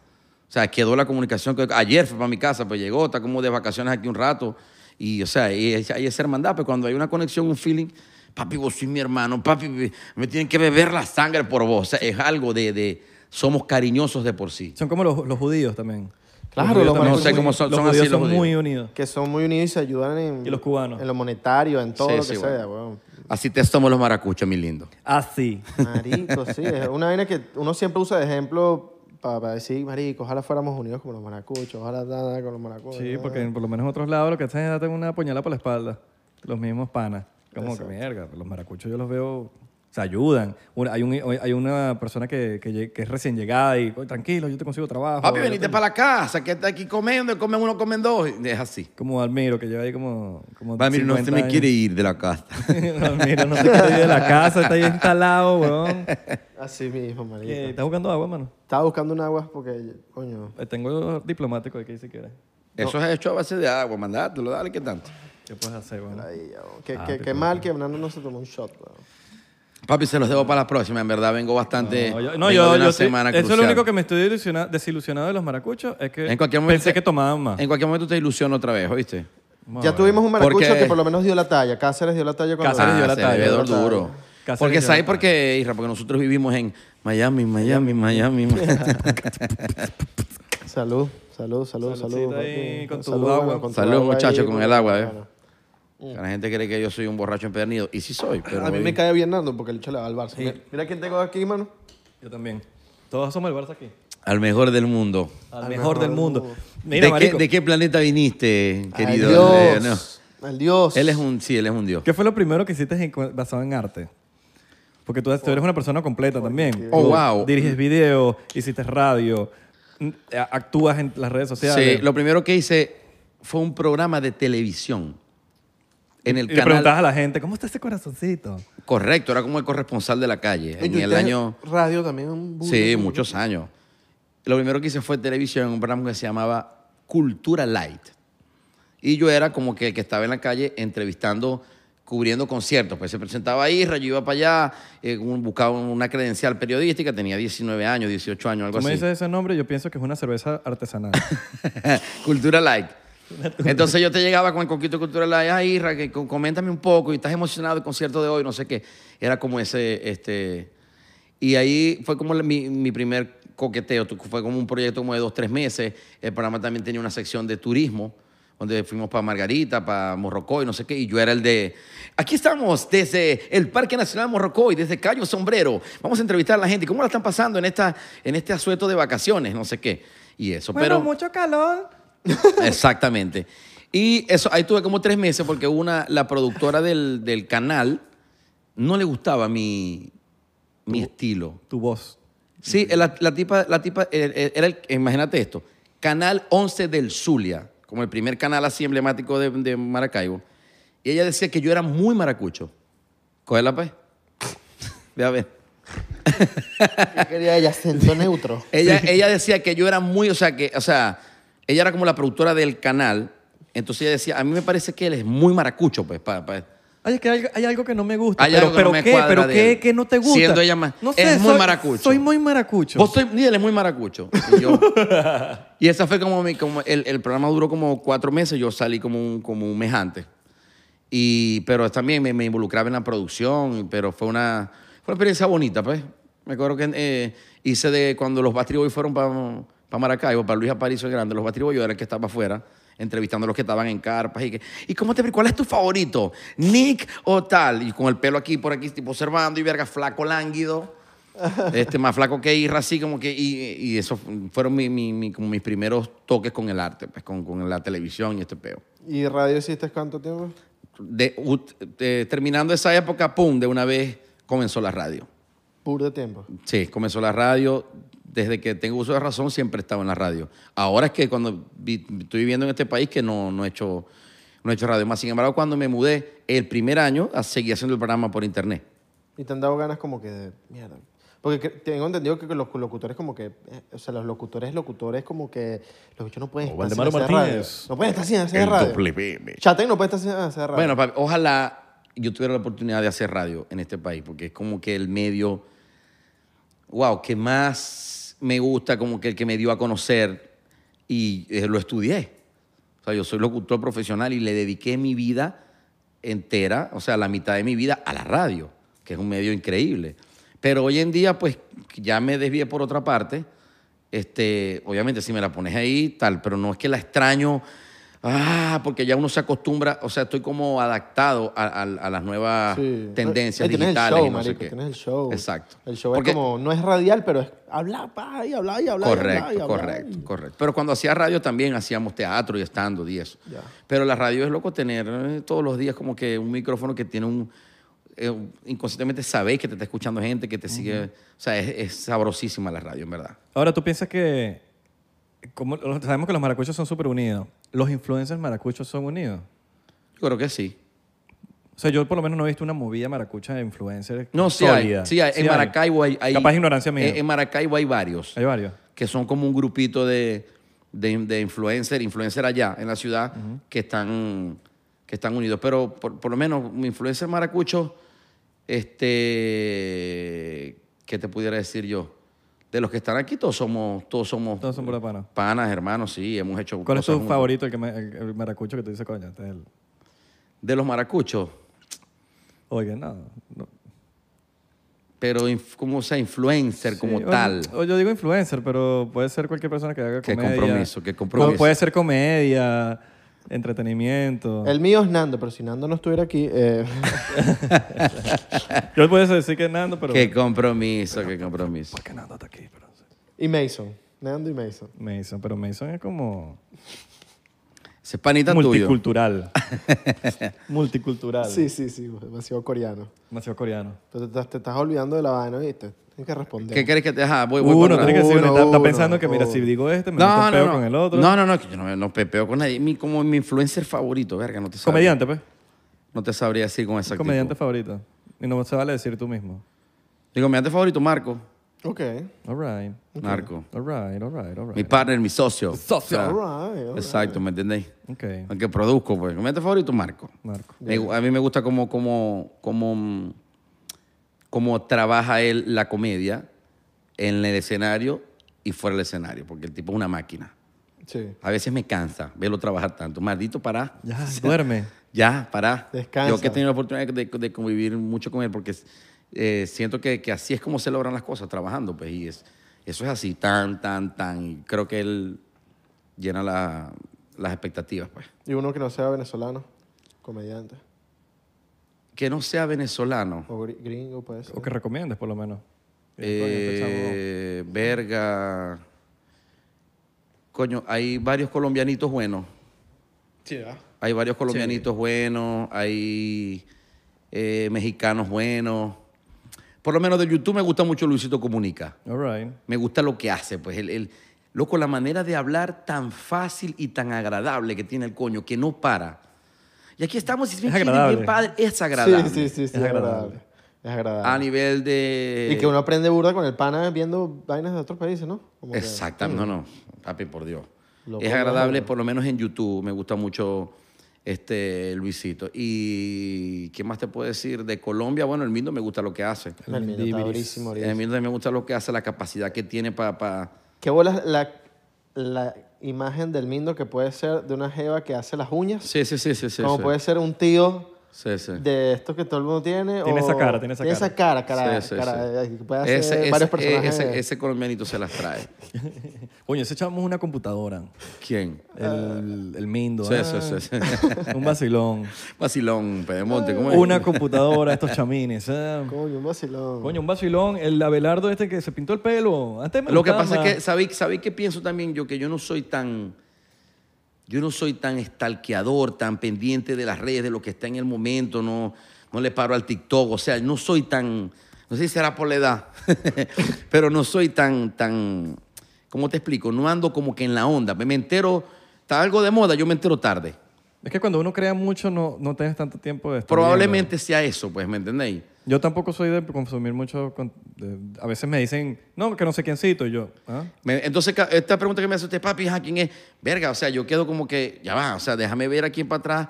A: O sea, quedó la comunicación. que- Ayer fue para mi casa, pues llegó, está como de vacaciones aquí un rato. Y, o sea, y es- hay esa hermandad, pero cuando hay una conexión, un feeling, papi, vos sois mi hermano, papi, me- me tienen que beber la sangre por vos. O sea, es algo de, de somos cariñosos de por sí.
C: Son como los, los judíos también.
B: Claro,
C: judíos
B: los
C: también
B: No sé
C: muy-
A: cómo son-
C: los
A: son así
C: judíos
A: los
C: son muy
A: judíos.
C: unidos.
B: que son muy unidos y se ayudan en.
C: Y los cubanos.
B: En lo monetario, en todo
A: Sí,
B: lo que
A: sí,
B: sea,
A: bueno.
B: weón.
A: Así te somos los maracuchos, mi lindo.
C: Así.
B: Marico, sí. Es una vaina que uno siempre usa de ejemplo para, decir, marico, ojalá fuéramos unidos como los maracuchos, ojalá da, da, con los maracuchos.
C: Sí,
B: da,
C: porque
B: da.
C: en- por lo menos en otros lados lo que hacen es darte una puñalada por la espalda. Los mismos panas. Como que mierda, los maracuchos yo los veo se ayudan. Una- hay, un- hay una persona que, que lle- que es recién llegada y, "Oye, tranquilo, yo te consigo trabajo.
A: Papi,
C: Yo
A: venite
C: te-
A: para la casa, que está aquí comiendo, comen uno, comen dos. Es así.
C: Como Almiro, que lleva ahí como. como
A: Papi, no se
C: 50
A: me
C: años.
A: quiere ir de la casa.
C: Almiro no se quiere ir de la casa, está ahí instalado, weón.
B: Así mismo, marico.
C: ¿Qué? ¿Estás buscando agua, mano?
B: Estaba buscando un agua porque, coño.
C: Eh, Tengo diplomático aquí si quieres.
A: Eso es hecho a base de agua, mandátelo, dale, ¿qué tanto?
C: ¿Qué puedes hacer, weón?
B: Ahí, ya, weón. Qué,
C: Ah,
B: qué-
C: te
B: qué mal que Hernando no se tomó un shot, weón.
A: Papi, se los debo para las próximas. En verdad, vengo bastante.
C: No, yo, no,
A: vengo
C: yo-
A: de Eh, una
C: yo sí-
A: semana
C: eso es lo
A: crucial.
C: único que me estoy ilusiona- desilusionado de los maracuchos. Es que
A: En cualquier momento
C: pensé
A: te-
C: que tomaban más.
A: En cualquier momento te ilusiono otra vez, ¿oíste?
C: Vamos a
B: Ya
C: ver.
B: tuvimos un maracucho
A: Porque-
B: que por lo menos dio la talla. Cáceres dio la talla cuando...
C: Cáceres dio la
A: Ah, se
C: talla,
A: bebe
C: dio la
A: duro,
B: talla.
A: duro.
C: Cáceres
A: porque,
C: dio
A: ¿sabes
C: la
A: por qué, Isra? Porque nosotros vivimos en Miami, Miami, Miami. Miami.
B: Ah, Salud, salud, salud, salud.
C: Saludcita ahí
B: papi.
C: con tu
B: Salud,
C: agua.
B: bueno, con tu
A: Salud,
B: agua ahí,
A: muchacho, con
B: con
A: el
B: la
A: agua, ¿eh?
B: mano.
A: La gente cree que yo soy un borracho empedernido. Y sí soy, pero.
B: A mí
A: baby,
B: me cae bien Hernando porque el hecho le va al Barça. Mira, mira quién tengo aquí, mano.
C: Yo también. Todos somos el Barça aquí.
A: Al mejor del mundo.
C: Al, mejor, del mundo. Mira,
A: ¿De,
C: marico,
A: qué, de qué planeta viniste, querido? Eh, no.
B: Dios. Al Dios.
A: Él es un, sí, él es un dios.
C: ¿Qué fue lo primero que hiciste en- basado en arte? Porque tú, tú eres una persona completa también.
A: Oh,
C: Tú
A: wow.
C: Diriges videos, hiciste radio, n- a- actúas en las redes sociales.
A: Sí, lo primero que hice fue un programa de televisión. En el
C: y le
A: canal.
C: preguntabas a la gente, ¿cómo está ese corazoncito?
A: Correcto, era como el corresponsal de la calle.
B: Oye,
A: En
B: tú
A: el
B: estás
A: año.
B: Radio también. un burro,
A: Sí,
B: un burro.
A: muchos años. Lo primero que hice fue televisión, un programa que se llamaba Cultura Light. Y yo era como que el que estaba en la calle entrevistando, cubriendo conciertos. Pues se presentaba ahí, yo iba para allá, eh, un- buscaba una credencial periodística, tenía 19 años, 18 años, algo
C: Tú me
A: así.
C: dices ese nombre, yo pienso que es una cerveza artesanal.
A: Cultura Light. Entonces yo te llegaba con el coquito de Cultura Light, ay, Isra, que co- coméntame un poco, y estás emocionado del concierto de hoy, no sé qué. Era como ese, este... Y ahí fue como la- mi, mi primer coqueteo, Tu- fue como un proyecto como de dos, tres meses. El programa también tenía una sección de turismo, donde fuimos para Margarita, para Morrocoy, no sé qué, y yo era el de, aquí estamos desde el Parque Nacional Morrocoy, desde Cayo Sombrero, vamos a entrevistar a la gente, ¿cómo la están pasando en, esta, en este asueto de vacaciones? No sé qué. Y eso, pero...
C: mucho calor.
A: Exactamente. Y eso, ahí tuve como tres meses porque una, la productora del, del canal no le gustaba mi, mi estilo.
C: Tu voz.
A: Sí, la, la tipa, la tipa eh, era el- imagínate esto, Canal 11 del Zulia, como el primer canal así emblemático de, de Maracaibo. Y ella decía que yo era muy maracucho. Cógela, pues. Ve a ver.
B: Yo quería ella acento neutro.
A: Ella, ella decía que yo era muy, o sea, que, o sea, ella era como la productora del canal. Entonces ella decía, a mí me parece que él es muy maracucho, pues, pa- pa-
C: Ay, es que hay, hay algo que no me gusta.
A: Hay
C: pero,
A: algo que no
C: pero
A: me
C: ¿qué?
A: cuadra
C: ¿Pero
A: de
C: qué?
A: él.
C: ¿Qué no te gusta?
A: Siendo ella más-
C: No sé,
A: es muy
C: soy-
A: maracucho.
C: Soy muy maracucho.
A: Vos soy, ni él es muy maracucho. Y, yo- y esa fue como mi, como el, el programa duró como cuatro meses, yo salí como un, como un mes antes. Y, pero también me, me involucraba en la producción, pero fue una, fue una experiencia bonita, pues. Me acuerdo que eh, hice de cuando los Backstreet Boys fueron para Maracaibo, para Luis Aparicio el Grande, los Backstreet Boys, yo era el que estaba afuera, entrevistando a los que estaban en carpas y que, ¿y cómo te cuál es tu favorito? ¿Nick o tal? Y con el pelo aquí, por aquí, tipo observando y verga, flaco, lánguido. Este, más flaco que Irra, así como que. Y, y eso fueron mi- mi- mi- como mis primeros toques con el arte, pues, con, con la televisión y este peo
B: ¿Y radio hiciste cuánto tiempo?
A: de- ut- de- terminando esa época, pum, de una vez comenzó la radio.
B: Puro de tiempo.
A: Sí, comenzó la radio. Desde que tengo uso de razón siempre he estado en la radio. Ahora es que cuando vi- estoy viviendo en este país que no, no, he hecho, no he hecho radio. Más sin embargo, cuando me mudé el primer año, a- seguí haciendo el programa por internet.
B: Y te han dado ganas como que de mierda. Porque que- tengo entendido que los locutores como que, eh, o sea, los locutores, locutores como que los bichos no pueden
C: O
B: estar sin
C: Valdemaro
B: hacer radio.
C: Martínez.
B: No pueden estar sin hacer
A: El
B: radio.
A: doble PM.
B: Chaten no puede estar sin hacer radio.
A: Bueno, papi, ojalá yo tuviera la oportunidad de hacer radio en este país, porque es como que el medio, wow, que más me gusta, como que el que me dio a conocer y eh, lo estudié. O sea, yo soy locutor profesional y le dediqué mi vida entera, o sea, la mitad de mi vida a la radio, que es un medio increíble. Pero hoy en día, pues, ya me desvié por otra parte. Este, obviamente, si me la pones ahí, tal, pero no es que la extraño, ah, porque ya uno se acostumbra, o sea, estoy como adaptado a, a- a las nuevas
B: Sí.
A: ah, tendencias
B: Ahí tienes el
A: digitales
B: show,
A: y no sé
B: marico,
A: qué.
B: Tienes el show.
A: Exacto.
B: El show
A: Porque-
B: es como, no es radial, pero es hablar, pa, y hablar, y hablar, y
A: Correcto,
B: hablar, y hablar,
A: correcto,
B: y-
A: correcto. Pero cuando hacía radio también hacíamos teatro y estando y eso.
B: Ya.
A: Pero la radio es loco tener eh, todos los días como que un micrófono que tiene un eh, inconscientemente sabéis que te está escuchando gente que te sigue. O sea, es, es sabrosísima la radio, en verdad.
C: Ahora, ¿tú piensas que... Como, sabemos que los maracuchos son súper unidos. ¿Los influencers maracuchos son unidos?
A: Yo creo que sí.
C: O sea, yo por lo menos no he visto una movida maracucha de influencers
A: No, sí,
C: sólida.
A: hay, sí hay. En Maracaibo hay, hay-
C: Capaz ignorancia mía.
A: En, en Maracaibo hay varios.
C: Hay varios.
A: que son como un grupito de, de, de influencer, influencer allá en la ciudad que, están, que están unidos. Pero por, por lo menos mi influencer maracucho, este, ¿qué te pudiera decir yo? De los que están aquí, todos somos, todos somos
C: Todos son pura pana.
A: panas, hermanos, sí, hemos hecho
C: ¿Cuál es
A: cosas
C: tu
A: juntos.
C: favorito, el, que ma- el- el maracucho que tú dices, coño? este es el-
A: De los maracuchos,
C: Oye, no. no.
A: pero inf- como sea, influencer como
C: Sí, o-
A: tal.
C: O yo digo influencer, pero puede ser cualquier persona que haga
A: Qué
C: comedia.
A: compromiso, qué compromiso.
C: O puede ser comedia, entretenimiento.
B: El mío es Nando, pero si Nando no estuviera aquí, eh,
C: Yo puedo decir que es Nando, pero...
A: Qué compromiso, qué compromiso.
C: ¿Por qué Nando está aquí? Pero...
B: y Mason. Nando y Mason.
C: Mason, pero Mason es como...
A: Ese panita tuyo.
C: Multicultural. Multicultural.
B: Sí, sí, sí, demasiado coreano.
C: Demasiado coreano.
B: Entonces te, te estás olvidando de la vaina, ¿viste? Tienes que responder.
A: ¿Qué crees que te... Ajá, voy, voy por
C: Uno,
A: otra.
C: tiene que decir,
B: Uno,
C: uno, está, está
B: uno,
C: pensando que, mira,
B: uno.
C: si digo este, me meto un peo con el otro.
A: No, no, no, que yo no, no pepeo con nadie. Mi, como mi influencer favorito, verga, no te sabría.
C: Comediante, pues.
A: No te sabría decir con exactitud.
C: Comediante favorito. Y no se vale decir tú mismo.
A: Mi comediante favorito, Marco.
B: Ok.
C: All right.
A: Marco.
C: All right, all right, all right.
A: Mi partner, mi socio.
C: Socio.
A: O sea,
B: All right, all
A: Exacto, ¿me entendéis?
C: Ok,
A: Aunque produzco, pues. Comediante favorito, Marco.
C: Marco.
A: Me gu- a mí me gusta cómo, cómo, cómo, mm, cómo trabaja él la comedia en el escenario y fuera del escenario, porque el tipo es una máquina.
B: Sí.
A: A veces me cansa verlo trabajar tanto. Maldito para.
C: Ya, duerme.
A: Ya, pará.
B: Descansa.
A: Yo que he tenido la oportunidad de, de convivir mucho con él porque eh, siento que, que así es como se logran las cosas, trabajando, pues, y es, eso es así, tan, tan, tan. Y creo que él llena la- las expectativas, pues.
B: Y uno que no sea venezolano, comediante.
A: Que no sea venezolano.
B: O gri- gringo, puede ser.
C: O que recomiendes, por lo menos.
B: pues,
A: Eh, verga. Coño, hay varios colombianitos buenos.
B: Sí, ¿verdad?
A: Hay varios colombianitos buenos, hay eh, mexicanos buenos. Por lo menos de YouTube me gusta mucho Luisito Comunica.
C: All right.
A: Me gusta lo que hace, pues el, el- loco, la manera de hablar tan fácil y tan agradable que tiene el coño, que no para. Y aquí estamos, y es bien
C: Es
A: chido, y
C: agradable.
A: bien padre, es agradable. eh,
B: Sí, sí, sí, sí,
C: Es
B: es
C: agradable.
B: agradable. Es agradable.
A: A nivel de...
B: Y que uno aprende burda con el pana viendo vainas de otros países, ¿no? Como que-
A: Exactamente, no, no, papi, por Dios.
B: Lo
A: es
B: pongo
A: agradable,
B: ahora.
A: por lo menos en YouTube, me gusta mucho este Luisito. ¿Y qué más te puedo decir? De Colombia, bueno, el Mindo me gusta lo que hace.
B: El Mindo está
C: Mendibiris.
B: durísimo,
A: El
B: durísimo.
A: Mindo también me gusta lo que hace, la capacidad que tiene para...
B: ¿Qué bolas la, la imagen del Mindo que puede ser de una jeva que hace las uñas?
A: Sí, sí, sí, sí, sí.
B: como
A: sí.
B: puede ser un tío
A: Sí, sí.
B: de estos que todo el mundo tiene.
C: Tiene
B: o-
C: esa cara, tiene esa cara.
B: cara, cara,
A: Sí, sí,
B: cara,
A: sí.
B: que puede hacer
A: Ese-
B: varios
A: ese- eh,
B: personajes.
A: Ese, ese colombianito se las trae.
C: Coño, ese chamo es una computadora.
A: ¿Quién?
C: El, el Mindo.
A: Sí,
C: ah,
A: sí, sí, sí.
C: Un vacilón.
A: Vacilón, Pedemonte, ¿cómo es?
C: Una computadora, estos chamines. ah.
B: Coño, un vacilón.
C: Coño, un vacilón. El Abelardo este que se pintó el pelo. Antes me
A: Lo que
C: gustaba
A: pasa
C: más.
A: es que, ¿sabéis sabéis qué pienso también yo? Que yo no soy tan. Yo no soy tan estalqueador, tan pendiente de las redes, de lo que está en el momento, no, no le paro al TikTok, o sea, no soy tan. No sé si será por la edad, pero no soy tan, tan. ¿Cómo te explico? No ando como que en la onda. Me me entero. Está algo de moda, yo me entero tarde.
C: Es que cuando uno crea mucho no, no tienes tanto tiempo de estar
A: Probablemente sea eso, pues, ¿me entendéis?
C: viendo. Yo tampoco soy de consumir mucho. con- de- a veces me dicen, no, que no sé quién cito. Y yo, ¿ah?
A: Me- entonces, ca- esta pregunta que me hace usted, papi, ¿a quién es? Verga, o sea, yo quedo como que, ya va, o sea, déjame ver aquí para atrás.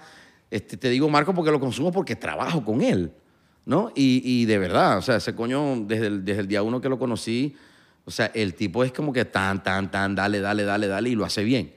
A: Este, te digo Marco porque lo consumo porque trabajo con él, ¿no? Y, y de verdad, o sea, ese coño, desde el, desde el día uno que lo conocí, o sea, el tipo es como que tan, tan, tan, dale, dale, dale, dale, y lo hace bien.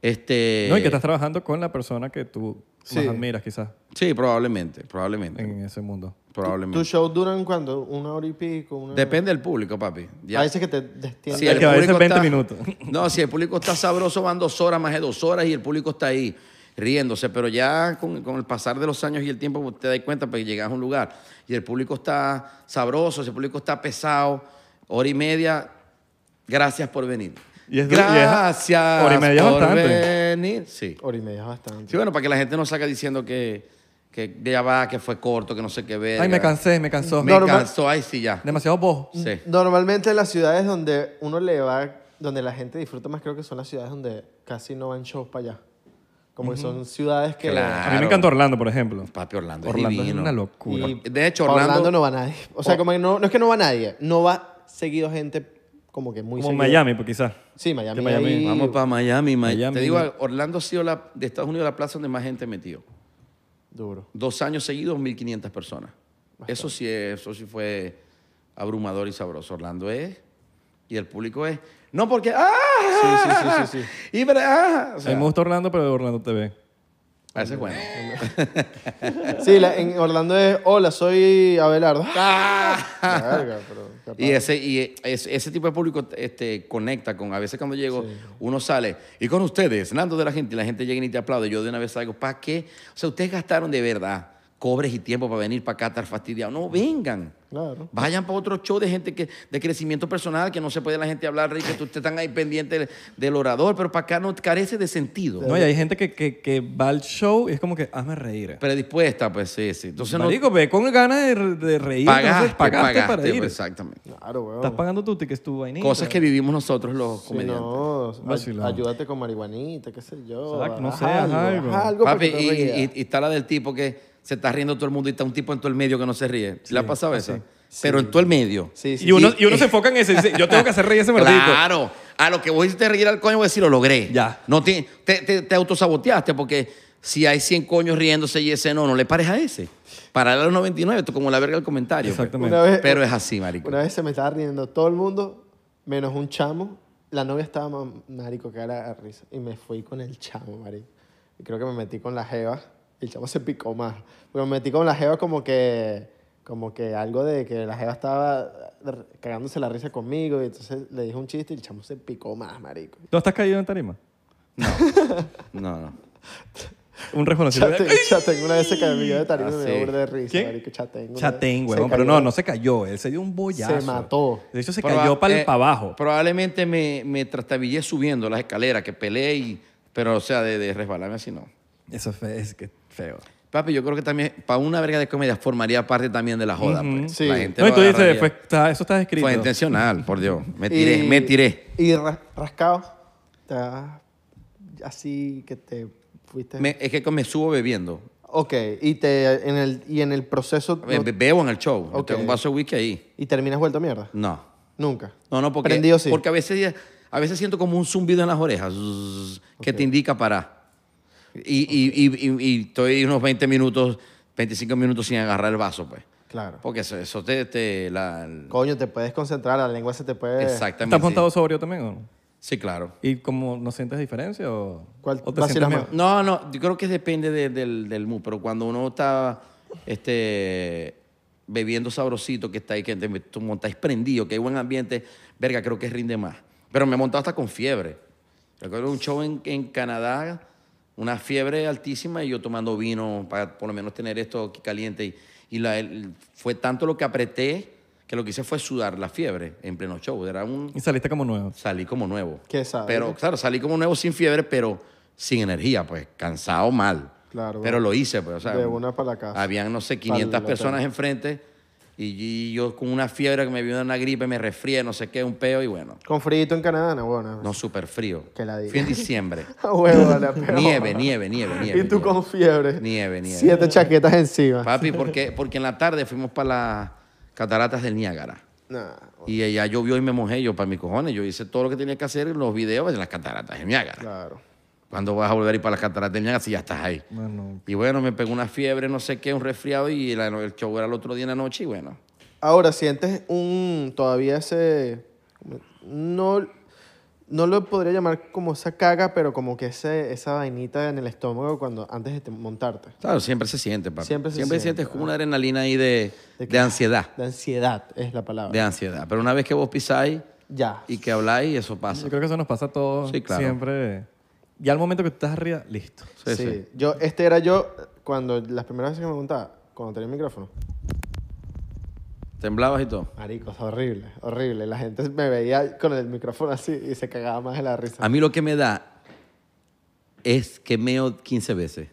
A: Este,
C: No, y que estás trabajando con la persona que tú más
B: Sí.
C: admiras quizás
A: Sí, probablemente, probablemente,
C: en ese mundo.
A: probablemente.
B: ¿Tus shows duran cuánto? ¿Una hora y pico? Una...
A: Depende del público, papi. Ya-
B: A veces que te destienden.
A: Si
C: Hay
A: el
C: que a veces
A: público
C: 20 minutos.
A: No, si el público está sabroso, van dos horas, más de dos horas, y el público está ahí riéndose. Pero ya con, con el pasar de los años y el tiempo, te das cuenta, pues llegas a un lugar y el público está sabroso, si el público está pesado, hora y media, gracias por venir.
C: Y es- y es-
A: gracias
C: hora y media es
A: por
C: bastante.
A: venir. Sí.
B: Hora y media es bastante.
A: Sí, bueno, para que la gente no salga diciendo que, que ya va, que fue corto, que no sé qué ver.
C: Ay, me cansé, me cansó.
A: Me
B: Normal-
A: cansó, ay, sí, ya.
C: Demasiado bojo.
A: Sí.
B: Normalmente las ciudades donde uno le va, donde la gente disfruta más, creo que son las ciudades donde casi no van shows para allá. Como que son ciudades que...
A: Claro.
C: A mí me encanta Orlando, por ejemplo.
A: Papi, Orlando, es
C: Orlando es
A: divino.
C: una locura.
B: Y
A: De hecho,
B: pa'
A: Orlando- Oh.
B: no va nadie. O sea, como que no, no es que no va nadie. No va seguido gente como que muy
C: Como
B: seguido.
C: Miami, pues quizás.
B: Sí, Miami.
C: De Miami.
B: ahí-
A: Vamos para Miami, Ma-
C: Miami.
A: Te digo, Orlando ha sido la, de Estados Unidos la plaza donde más gente metió.
B: Duro.
A: Dos años seguidos, 1.500 personas. Eso sí, es- eso sí fue abrumador y sabroso. Orlando es, y el público es, no porque, ¡ah!
B: Sí, sí, sí, sí,
A: Y, pero, ¡ah! O
C: a
A: sea,
C: mí me gusta Orlando, pero de Orlando TV.
A: a veces, bueno.
B: Sí, la- en Orlando es, hola, soy Abelardo.
A: ¡Ah!
B: Verga, pero capaz.
A: Y ese, y es- ese tipo de público este, conecta con, a veces cuando llego, uno sale, y con ustedes, Nando de la gente, y la gente llega y te aplaude, yo de una vez salgo, ¿para qué? O sea, ustedes gastaron de verdad cobres y tiempo para venir para acá estar fastidiados. No, vengan.
B: Claro.
A: Vayan para otro show de gente que, de crecimiento personal, que no se puede la gente hablar, y que ustedes están ahí pendientes del, del orador, pero para acá no carece de sentido.
C: No, y hay gente que, que, que va al show y es como que hazme reír.
A: Predispuesta, pues sí, sí. Entonces no
C: Marico, ve con ganas de, de reír.
A: pagaste,
C: entonces pagaste,
A: pagaste,
C: para ir.
A: pues, exactamente.
B: Claro, weón.
C: Estás pagando tu tickets, tu vainita.
A: Cosas que vivimos nosotros los
B: Sí,
A: comediantes.
B: no, ay-
C: Vacilón.
B: ayúdate con marihuanita, qué sé yo.
C: Exacto, no
B: haz
C: sé, haz algo.
B: haz algo para
A: Papi,
B: que te
A: y,
B: rías.
A: y- y está la del tipo que se está riendo todo el mundo y está un tipo en todo el medio que no se ríe. ¿Le ha pasado eso? Pero en todo el medio.
B: Sí, sí.
C: Y uno,
A: Y-
C: y uno se enfoca en eso y dice, yo tengo que hacer reír a ese maldito.
A: Claro. A lo que vos hiciste reír al coño, voy a decir, lo logré.
C: Ya.
A: No te, te, te- te autosaboteaste porque si hay 100 coños riéndose y ese no, no le pares a ese. Para los 99, esto como la verga el comentario. pues.
C: Exactamente.
B: Una vez-
A: Pero es así, marico.
B: Una vez se me estaba riendo todo el mundo, menos un chamo. La novia estaba, ma- marico, que era a risa. Y me fui con el chamo, marico. Y creo que me metí con la jeva. El chamo se picó más. Pero me metí con la jeva como que... Como que algo de que la jeva estaba r- cagándose la risa conmigo. Y entonces le dije un chiste y el chamo se picó más, marico.
C: ¿Tú estás caído en tarima?
A: No, no.
C: Un reconocido.
B: Chaten, chaten, una vez se cayó de tarima y
A: Ah,
B: me
A: sí.
B: dio burda de risa,
C: ¿Quién?
B: marico. Chaten. una-
C: Chatén,
B: se
C: huevón. Pero
B: cayó.
C: no, no se cayó. Él se dio un bollazo.
B: Se mató.
C: De hecho, se
A: Proba-
C: cayó para
A: eh,
C: abajo.
A: Probablemente me, me trastabillé subiendo las escaleras, que peleé, y- pero o sea, de, de resbalarme así no.
C: Eso es, fe- es que feo.
A: Papi, yo creo que también, para una verga de comedia, formaría parte también de la joda. pues.
B: Sí.
A: La gente
C: No, y
A: lo
C: tú dices,
A: agarraría.
C: fue- está- eso está escrito.
A: Fue intencional, por Dios. Me tiré, me tiré.
B: Y ra- rascado. Te vas así que te fuiste.
A: Me- es que me subo bebiendo.
B: Ok, y, te, en el, y en el proceso. no-
A: Be- be- Bebo en el show. Yo
B: Ok.
A: tengo un vaso de whisky ahí.
B: y terminas vuelto mierda.
A: No.
B: Nunca.
A: No, no, porque,
B: Prendido sí.
A: porque a, veces, ya- a veces siento como un zumbido en las orejas zzz, que te indica parar. Y, y- y- y- y estoy unos 20 minutos, 25 minutos sin agarrar el vaso, pues.
B: Claro.
A: Porque eso, eso te... te- la,
C: Eh.
B: Coño, te puedes concentrar, la lengua se te puede.
A: exactamente.
C: ¿Estás montado sobrio también o no?
A: Sí, claro.
C: ¿Y como no sientes diferencia o,
B: ¿Cuál
C: o te
B: vacilas
C: sientes
B: más?
C: mejor?
A: No, no, yo creo que depende de- del, del mood, pero cuando uno está este, bebiendo sabrosito, que está ahí, que te, tú montáis prendido, que hay buen ambiente, verga, creo que rinde más. Pero me he montado hasta con fiebre. Recuerdo un show en, en Canadá, una fiebre altísima y yo tomando vino para por lo menos tener esto aquí caliente. Y, y la- el- fue tanto lo que apreté que lo que hice fue sudar la fiebre en pleno show. Era un,
C: Y saliste como nuevo.
A: salí como nuevo.
B: ¿Qué sabe?
A: Pero claro, salí como nuevo sin fiebre, pero sin energía, pues cansado mal.
B: Claro,
A: Pero lo hice, pues, o sea,
B: de una para la casa.
A: habían no sé
B: Para
A: 500
B: el
A: personas
B: hotel.
A: enfrente y y yo con una fiebre que me vino una gripe, me resfrié, no sé qué, un peo y bueno,
B: Con frito en Canadá, no, bueno.
A: no súper frío.
B: Que la diga.
A: Fui en diciembre.
B: A huevo, la peor.
A: nieve, nieve, nieve, nieve.
B: Y tú
A: nieve.
B: con fiebre.
A: Nieve, nieve.
B: Siete chaquetas encima.
A: Papi, porque porque en la tarde fuimos para las cataratas del Niágara.
B: Nah.
A: Y ella llovió y me mojé yo para mis cojones. Yo hice todo lo que tenía que hacer en los videos en las cataratas del Niágara.
B: Claro.
A: ¿Cuándo vas a volver a ir para las cataratas del Niágara si ya estás ahí?
C: Bueno,
A: Y bueno, me pegó una fiebre, no sé qué, un resfriado y la- el show era el otro día en la noche y bueno.
B: Ahora, sientes un. todavía ese. No, no lo podría llamar como esa caga, pero como que ese, esa vainita en el estómago cuando antes de te- montarte.
A: Claro, siempre se siente, papi.
B: Siempre se siente,
A: sientes como una adrenalina ahí de, de ansiedad.
B: De ansiedad es la palabra.
A: De ansiedad. Pero una vez que vos pisáis
B: Ya.
A: y que habláis, eso pasa.
C: yo creo que eso nos pasa a todos
A: Sí, claro.
C: siempre. Y al momento que tú estás arriba, listo.
A: Sí,
B: sí,
A: sí.
B: Yo, este era yo cuando las primeras veces que me montaba, cuando tenía el micrófono.
A: Temblabas y todo.
B: Marico, es horrible, horrible. La gente me veía con el micrófono así y se cagaba más de la risa.
A: A mí lo que me da es que meo 15 veces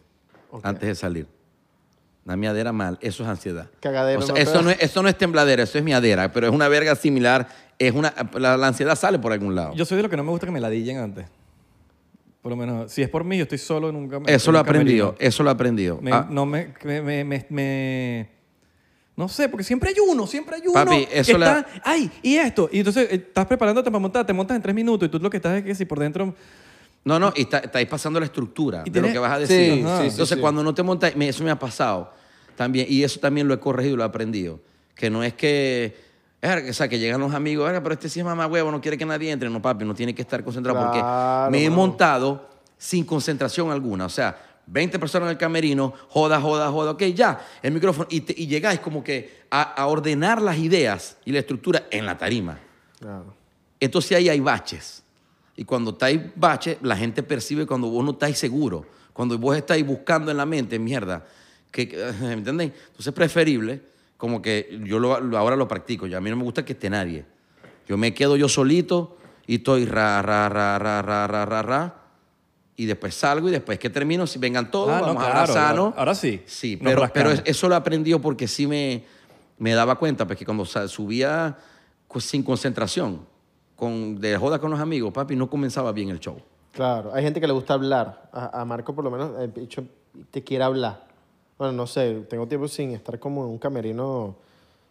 B: Ok.
A: antes de salir. La miadera mal, eso es ansiedad.
B: Cagadero,
A: O sea,
B: más
A: eso,
B: peor.
A: no es, eso no es tembladera, eso es miadera, pero es una verga similar. Es una, la, la ansiedad sale por algún lado.
C: Yo soy de los que no me gusta que me ladillen antes. Por lo menos, si es por mí, yo estoy solo en un cam-
A: eso
C: en
A: lo he
C: un camerino.
A: aprendido, eso lo he aprendido.
C: Me-
A: Ah,
C: No me, me, me, me- me- No sé, porque siempre hay uno, siempre hay uno.
A: Papi, eso
C: que
A: la-
C: está, Ay, y esto. Y entonces eh, estás preparándote para montar, te montas en tres minutos y tú lo que estás es que si por dentro.
A: No, no, y está- estáis pasando la estructura
C: Y
A: de lo
C: tenés-
A: que vas a
B: Sí,
A: decir.
B: sí, sí,
A: Entonces,
B: sí.
A: cuando no te montas, me- eso me ha pasado también, y eso también lo he corregido, lo he aprendido. Que no es que, "Verga", o sea, que llegan los amigos, "Verga, pero este sí es mamá huevo, no quiere que nadie entre. No, papi, no tiene que estar concentrado
B: Claro,
A: porque me he
B: mano.
A: montado sin concentración alguna. O sea, 20 personas en el camerino, joda, joda, joda, ok, ya, el micrófono, y, te- y llegáis como que a- a ordenar las ideas y la estructura en la tarima.
B: Claro.
A: Entonces ahí hay baches. Y cuando está hay baches, la gente percibe cuando vos no estáis seguro. Cuando vos estáis buscando en la mente, mierda. Que, que- ¿Me entendéis? Entonces es preferible, como que yo lo- lo- ahora lo practico. Ya a mí no me gusta que esté nadie. Yo me quedo yo solito y estoy ra, ra, ra, ra, ra, ra, ra, ra. Y después salgo y después que termino, si vengan todos,
C: Ah, no,
A: vamos a
C: claro,
A: abrazarnos.
C: ahora- ahora sí,
A: Sí,
C: nos
A: pero, pero
C: rascamos.
A: es- eso lo aprendí porque sí me, me daba cuenta, porque cuando sa- subía co- sin concentración, con, de joda con los amigos, papi, no comenzaba bien el show.
B: Claro, hay gente que le gusta hablar. A, a Marco, por lo menos, el bicho te quiere hablar. Bueno, no sé, tengo tiempo sin estar como en un camerino,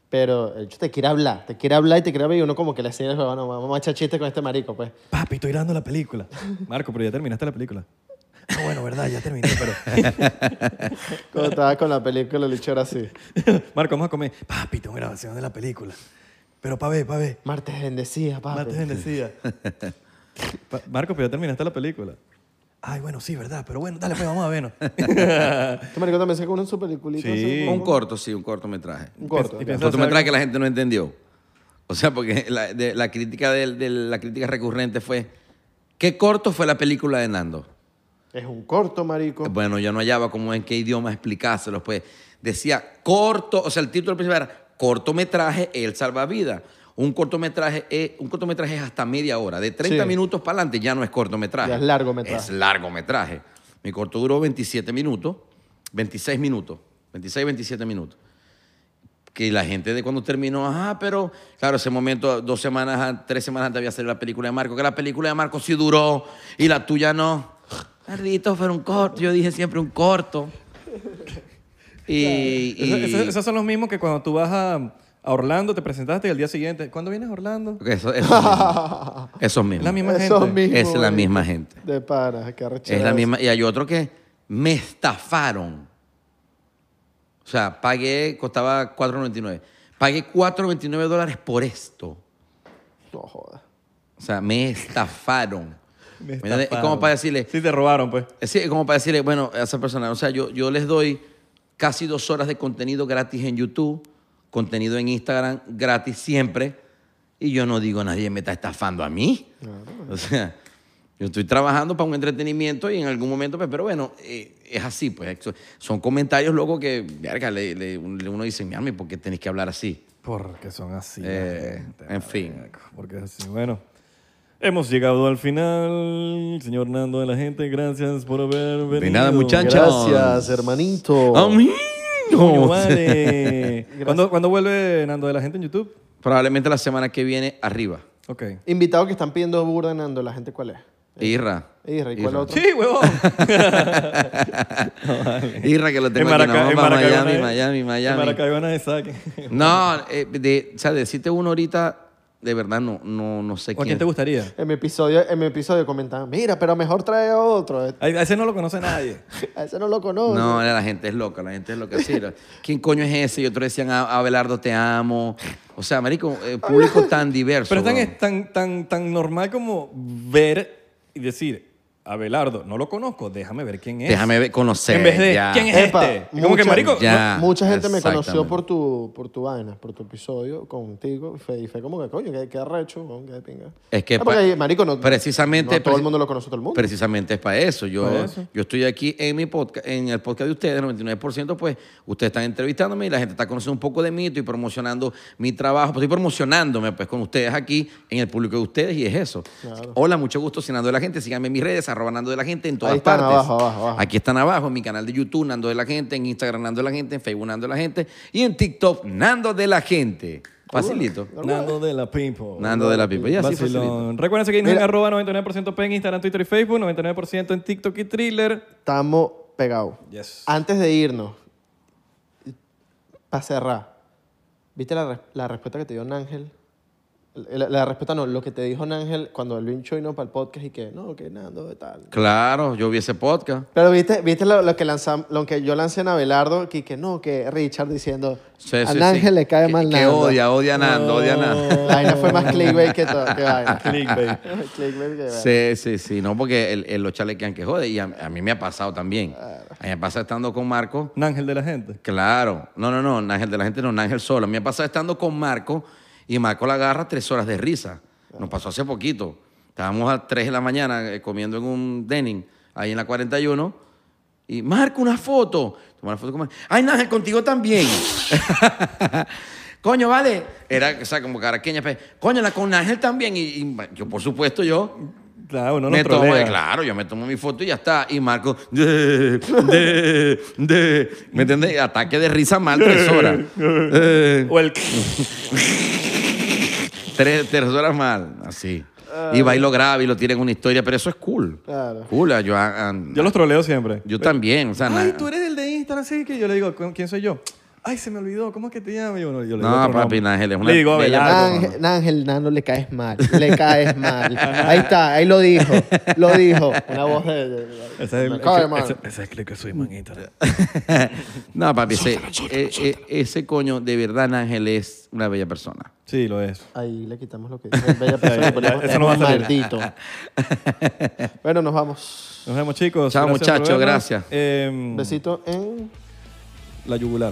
B: pero el bicho te quiere hablar, te quiere hablar y te quiere hablar y uno como que le enseña, bueno, vamos a echar chistes con este marico, pues.
C: Papi, estoy grabando la película. Marco, pero ya terminaste la película. Ah, bueno, verdad, ya terminé, pero.
B: Cuando estaba con la película, el bicho era así.
C: Marco, vamos a comer. Papi, tengo grabación de la película. Pero pa' ver, pa' ver.
B: Martes bendecida, papi.
C: Martes bendecida. Pa- Marco, pero ya terminaste la película. Ay, bueno, sí, verdad, pero bueno, dale, pues vamos a vernos.
B: Este marico también sacó uno en su peliculita.
C: Sí.
B: hace
A: Un corto, sí, un cortometraje.
B: Un corto.
C: Y
B: ya.
A: Un
C: piensa-
A: cortometraje que la gente no entendió. O sea, porque la, de- la crítica del- del- la crítica recurrente fue, ¿qué corto fue la película de Nando?
B: Es un corto, marico.
A: Bueno, yo no hallaba como en qué idioma explicárselo, pues. Decía corto, o sea, el título principal era cortometraje El Salvavidas. Un cortometraje, es, un cortometraje es hasta media hora. De 30
B: Sí.
A: minutos para adelante ya no es cortometraje.
B: Ya es largometraje.
A: Es largometraje. Mi corto duró 27 minutos, 26 minutos, 26, 27 minutos. Que la gente de cuando terminó, ajá, pero claro, ese momento, dos semanas, an- tres semanas antes había salido la película de Marco, que la película de Marco sí duró y la tuya no. Carlitos, fue un corto, yo dije siempre un corto. Y. y-
C: Eso- eso- esos son los mismos que cuando tú vas a, a Orlando, te presentaste y al día siguiente, ¿cuándo vienes a Orlando?
A: Eso, eso, eso
C: Es
A: mismo.
C: la misma
B: Eso
C: gente.
B: mismo,
A: Es la
B: marico.
A: misma gente.
B: De para, que arrechera
A: Es la
B: eso.
A: misma. Y hay otro que me estafaron. O sea, pagué, costaba 4.99. Pagué 4.99 dólares por esto.
B: No joda.
A: O sea, me estafaron.
C: Me
A: ¿Me entiendes? Es
C: estafaron.
A: como para decirle,
C: Sí, te robaron, pues.
A: es decir, como para decirle, bueno, a esa persona, o sea, yo, yo les doy casi dos horas de contenido gratis en YouTube, contenido en Instagram gratis siempre, y yo no digo, nadie me está estafando a mí. O sea, yo estoy trabajando para un entretenimiento y en algún momento, pues, pero bueno, eh, es así, pues. eso- Son comentarios luego que, verga, le, le- uno dice, mami, ¿por qué tenés que hablar así?
C: Porque son así.
A: Eh,
C: la gente,
A: en fin.
C: marico, Porque es así. Bueno, hemos llegado al final. Señor Nando de la gente, gracias por haber venido.
A: nada, muchacho.
B: Gracias,
C: Oh.
B: hermanito.
A: Ah,
C: Coño,
A: ¡Amigos!
C: vale. ¿Cuándo, cuándo vuelve Nando de la gente en YouTube?
A: Probablemente la semana que viene arriba.
C: Ok.
B: Invitados que están pidiendo burda, Nando, ¿la gente cuál es?
C: Eh,
A: Irra.
B: Isra, ¿y cuál otro?
C: Sí, huevón.
A: Irra que lo tengo aquí, nos
C: Maraca-
A: vamos
C: en
A: para
C: Maracaibo
A: Miami,
C: nadie-
A: Miami,
C: En
A: Miami.
C: Maracaibo nadie sabe quién-
A: No, eh, de, o sea, decirte uno ahorita, de verdad no, no, no sé
C: ¿O a
A: quién.
C: quién te gustaría?
B: En mi episodio, en mi episodio comentaban, mira, pero mejor trae a otro.
C: A a ese no lo conoce nadie.
B: A ese no lo conoce.
A: No, la gente es loca, la gente es loca. Sí, la- ¿Quién coño es ese? Y otros decían, "A- Abelardo, te amo. O sea, marico, eh, público tan diverso.
C: Pero es tan,
A: weón.
C: es tan, tan, tan normal como ver y decir, Abelardo, no lo conozco, déjame ver quién es.
A: Déjame ver- conocer.
C: En vez de,
A: ya.
C: ¿quién es
B: Epa,
C: este? Y Como que,
B: mucha-
C: marico,
A: Ya.
B: mu- mucha gente me conoció
A: ah, exactamente.
B: por tu, por tu vaina, por tu episodio contigo. Y fue, y fue como que, coño, que, que arrecho, weón, que de pinga.
A: Es que
B: Ah, porque
A: pa-
B: ahí, marico, no,
A: precisamente-
B: no todo el
A: preci-
B: mundo lo conoce todo el mundo.
A: Precisamente es para eso. Yo,
C: Para eso.
A: yo estoy aquí en mi podcast, en el podcast de ustedes, 99%, pues ustedes están entrevistándome y la gente está conociendo un poco de mí, estoy promocionando mi trabajo, pues, estoy promocionándome pues con ustedes aquí en el público de ustedes y es eso. Hola, mucho gusto, Sinando de la gente, síganme en mis redes, arroba Nando de la Gente en todas
B: están,
A: partes.
B: abajo, abajo, abajo.
A: Aquí están abajo, en mi canal de YouTube, Nando de la Gente, en Instagram, Nando de la Gente, en Facebook, Nando de la Gente, y en TikTok, Nando de la Gente. Facilito.
C: Nando de la Pimpo.
A: Nando de la Pipa. Ya sí, facilito.
C: Vacilón. Recuerden seguirnos en
B: Mira.
C: arroba 99% P en Instagram, Twitter y Facebook, 99% en TikTok y Thriller. Ah,
B: Estamos pegados.
C: Yes.
B: Antes de irnos, para cerrar, ¿viste la, res- la respuesta que te dio Ángel? La, la respuesta no, lo que te dijo Ángel cuando el vincho vino para el podcast y que no, que Nando de tal.
A: Claro, yo vi ese podcast.
B: Pero viste, viste lo, lo que lanzam- lo que yo lancé en Abelardo, que, que no, que Richard diciendo,
A: Sí,
B: al
A: sí, sí.
B: Ángel le cae
A: Que-
B: mal
A: Que
B: Nando.
A: odia, odia a Nando, odia a Nando.
B: La vaina fue más clickbait que todo. Que vaina.
C: Clickbait.
B: clickbait que vaina.
A: Sí, sí, sí, no, porque el, el- los chalequean que jode. Y a, a mí me ha pasado también. A mí me pasa estando con Marco.
C: Ángel de la gente.
A: Claro, no, no, no, Nángel de la gente no, Nángel solo. A mí me ha pasado estando con Marco y Marco la agarra tres horas de risa. Nos pasó hace poquito. Estábamos a 3 de la mañana eh, comiendo en un Denning, ahí en la 41. Y Marco, una foto. Toma una foto con Marco. Ay, Nángel, contigo también. Coño, vale. Era, o sea, como caraqueña. pues, Coño, la con Nángel también. Y, y yo, por supuesto, yo
C: Claro, uno
A: me
C: no
A: tomo,
C: trolea.
A: claro, yo me tomo mi foto y ya está. Y Marco, de, de, de. ¿me entiendes? Ataque de risa mal tres horas. Eh,
C: O el...
A: tres, tres horas mal, así. Y va y lo graba y lo tiene en una historia, pero eso es cool.
B: Claro.
A: Cool, a- yo, a- a-
C: Yo los troleo siempre.
A: yo también, o sea,
C: Ay,
A: na-
C: tú eres el de Instagram, sí, que yo le digo, "¿Cu- ¿quién soy yo? Ay, se me olvidó, ¿cómo es que te llamas? Yo, no, yo le digo
A: No,
C: otro
A: papi,
C: nombre.
A: Ángel, es una
C: Le digo,
A: bella
C: Abelardo.
A: persona.
B: Ángel, Ángel, Nando le caes mal, le caes mal. Ahí está, ahí lo dijo, lo dijo. Una voz de... de- de-
C: Ese es
B: me
C: el,
B: cae mal.
C: ese, ese es el que soy man en Instagram.
A: no, papi, ese, eh, eh, ese coño de verdad, Ángel, es una bella persona.
C: Sí, lo es.
B: Ahí le quitamos lo que dice. Bella persona,
C: ya,
B: le ponemos,
C: eso no va a
B: es
C: salir.
B: maldito. bueno, nos vamos.
C: Nos vemos, chicos.
A: Chao,
C: Gracias por
A: muchachos,
C: vernos.
A: gracias.
C: Eh,
B: Besito en...
C: la yugular.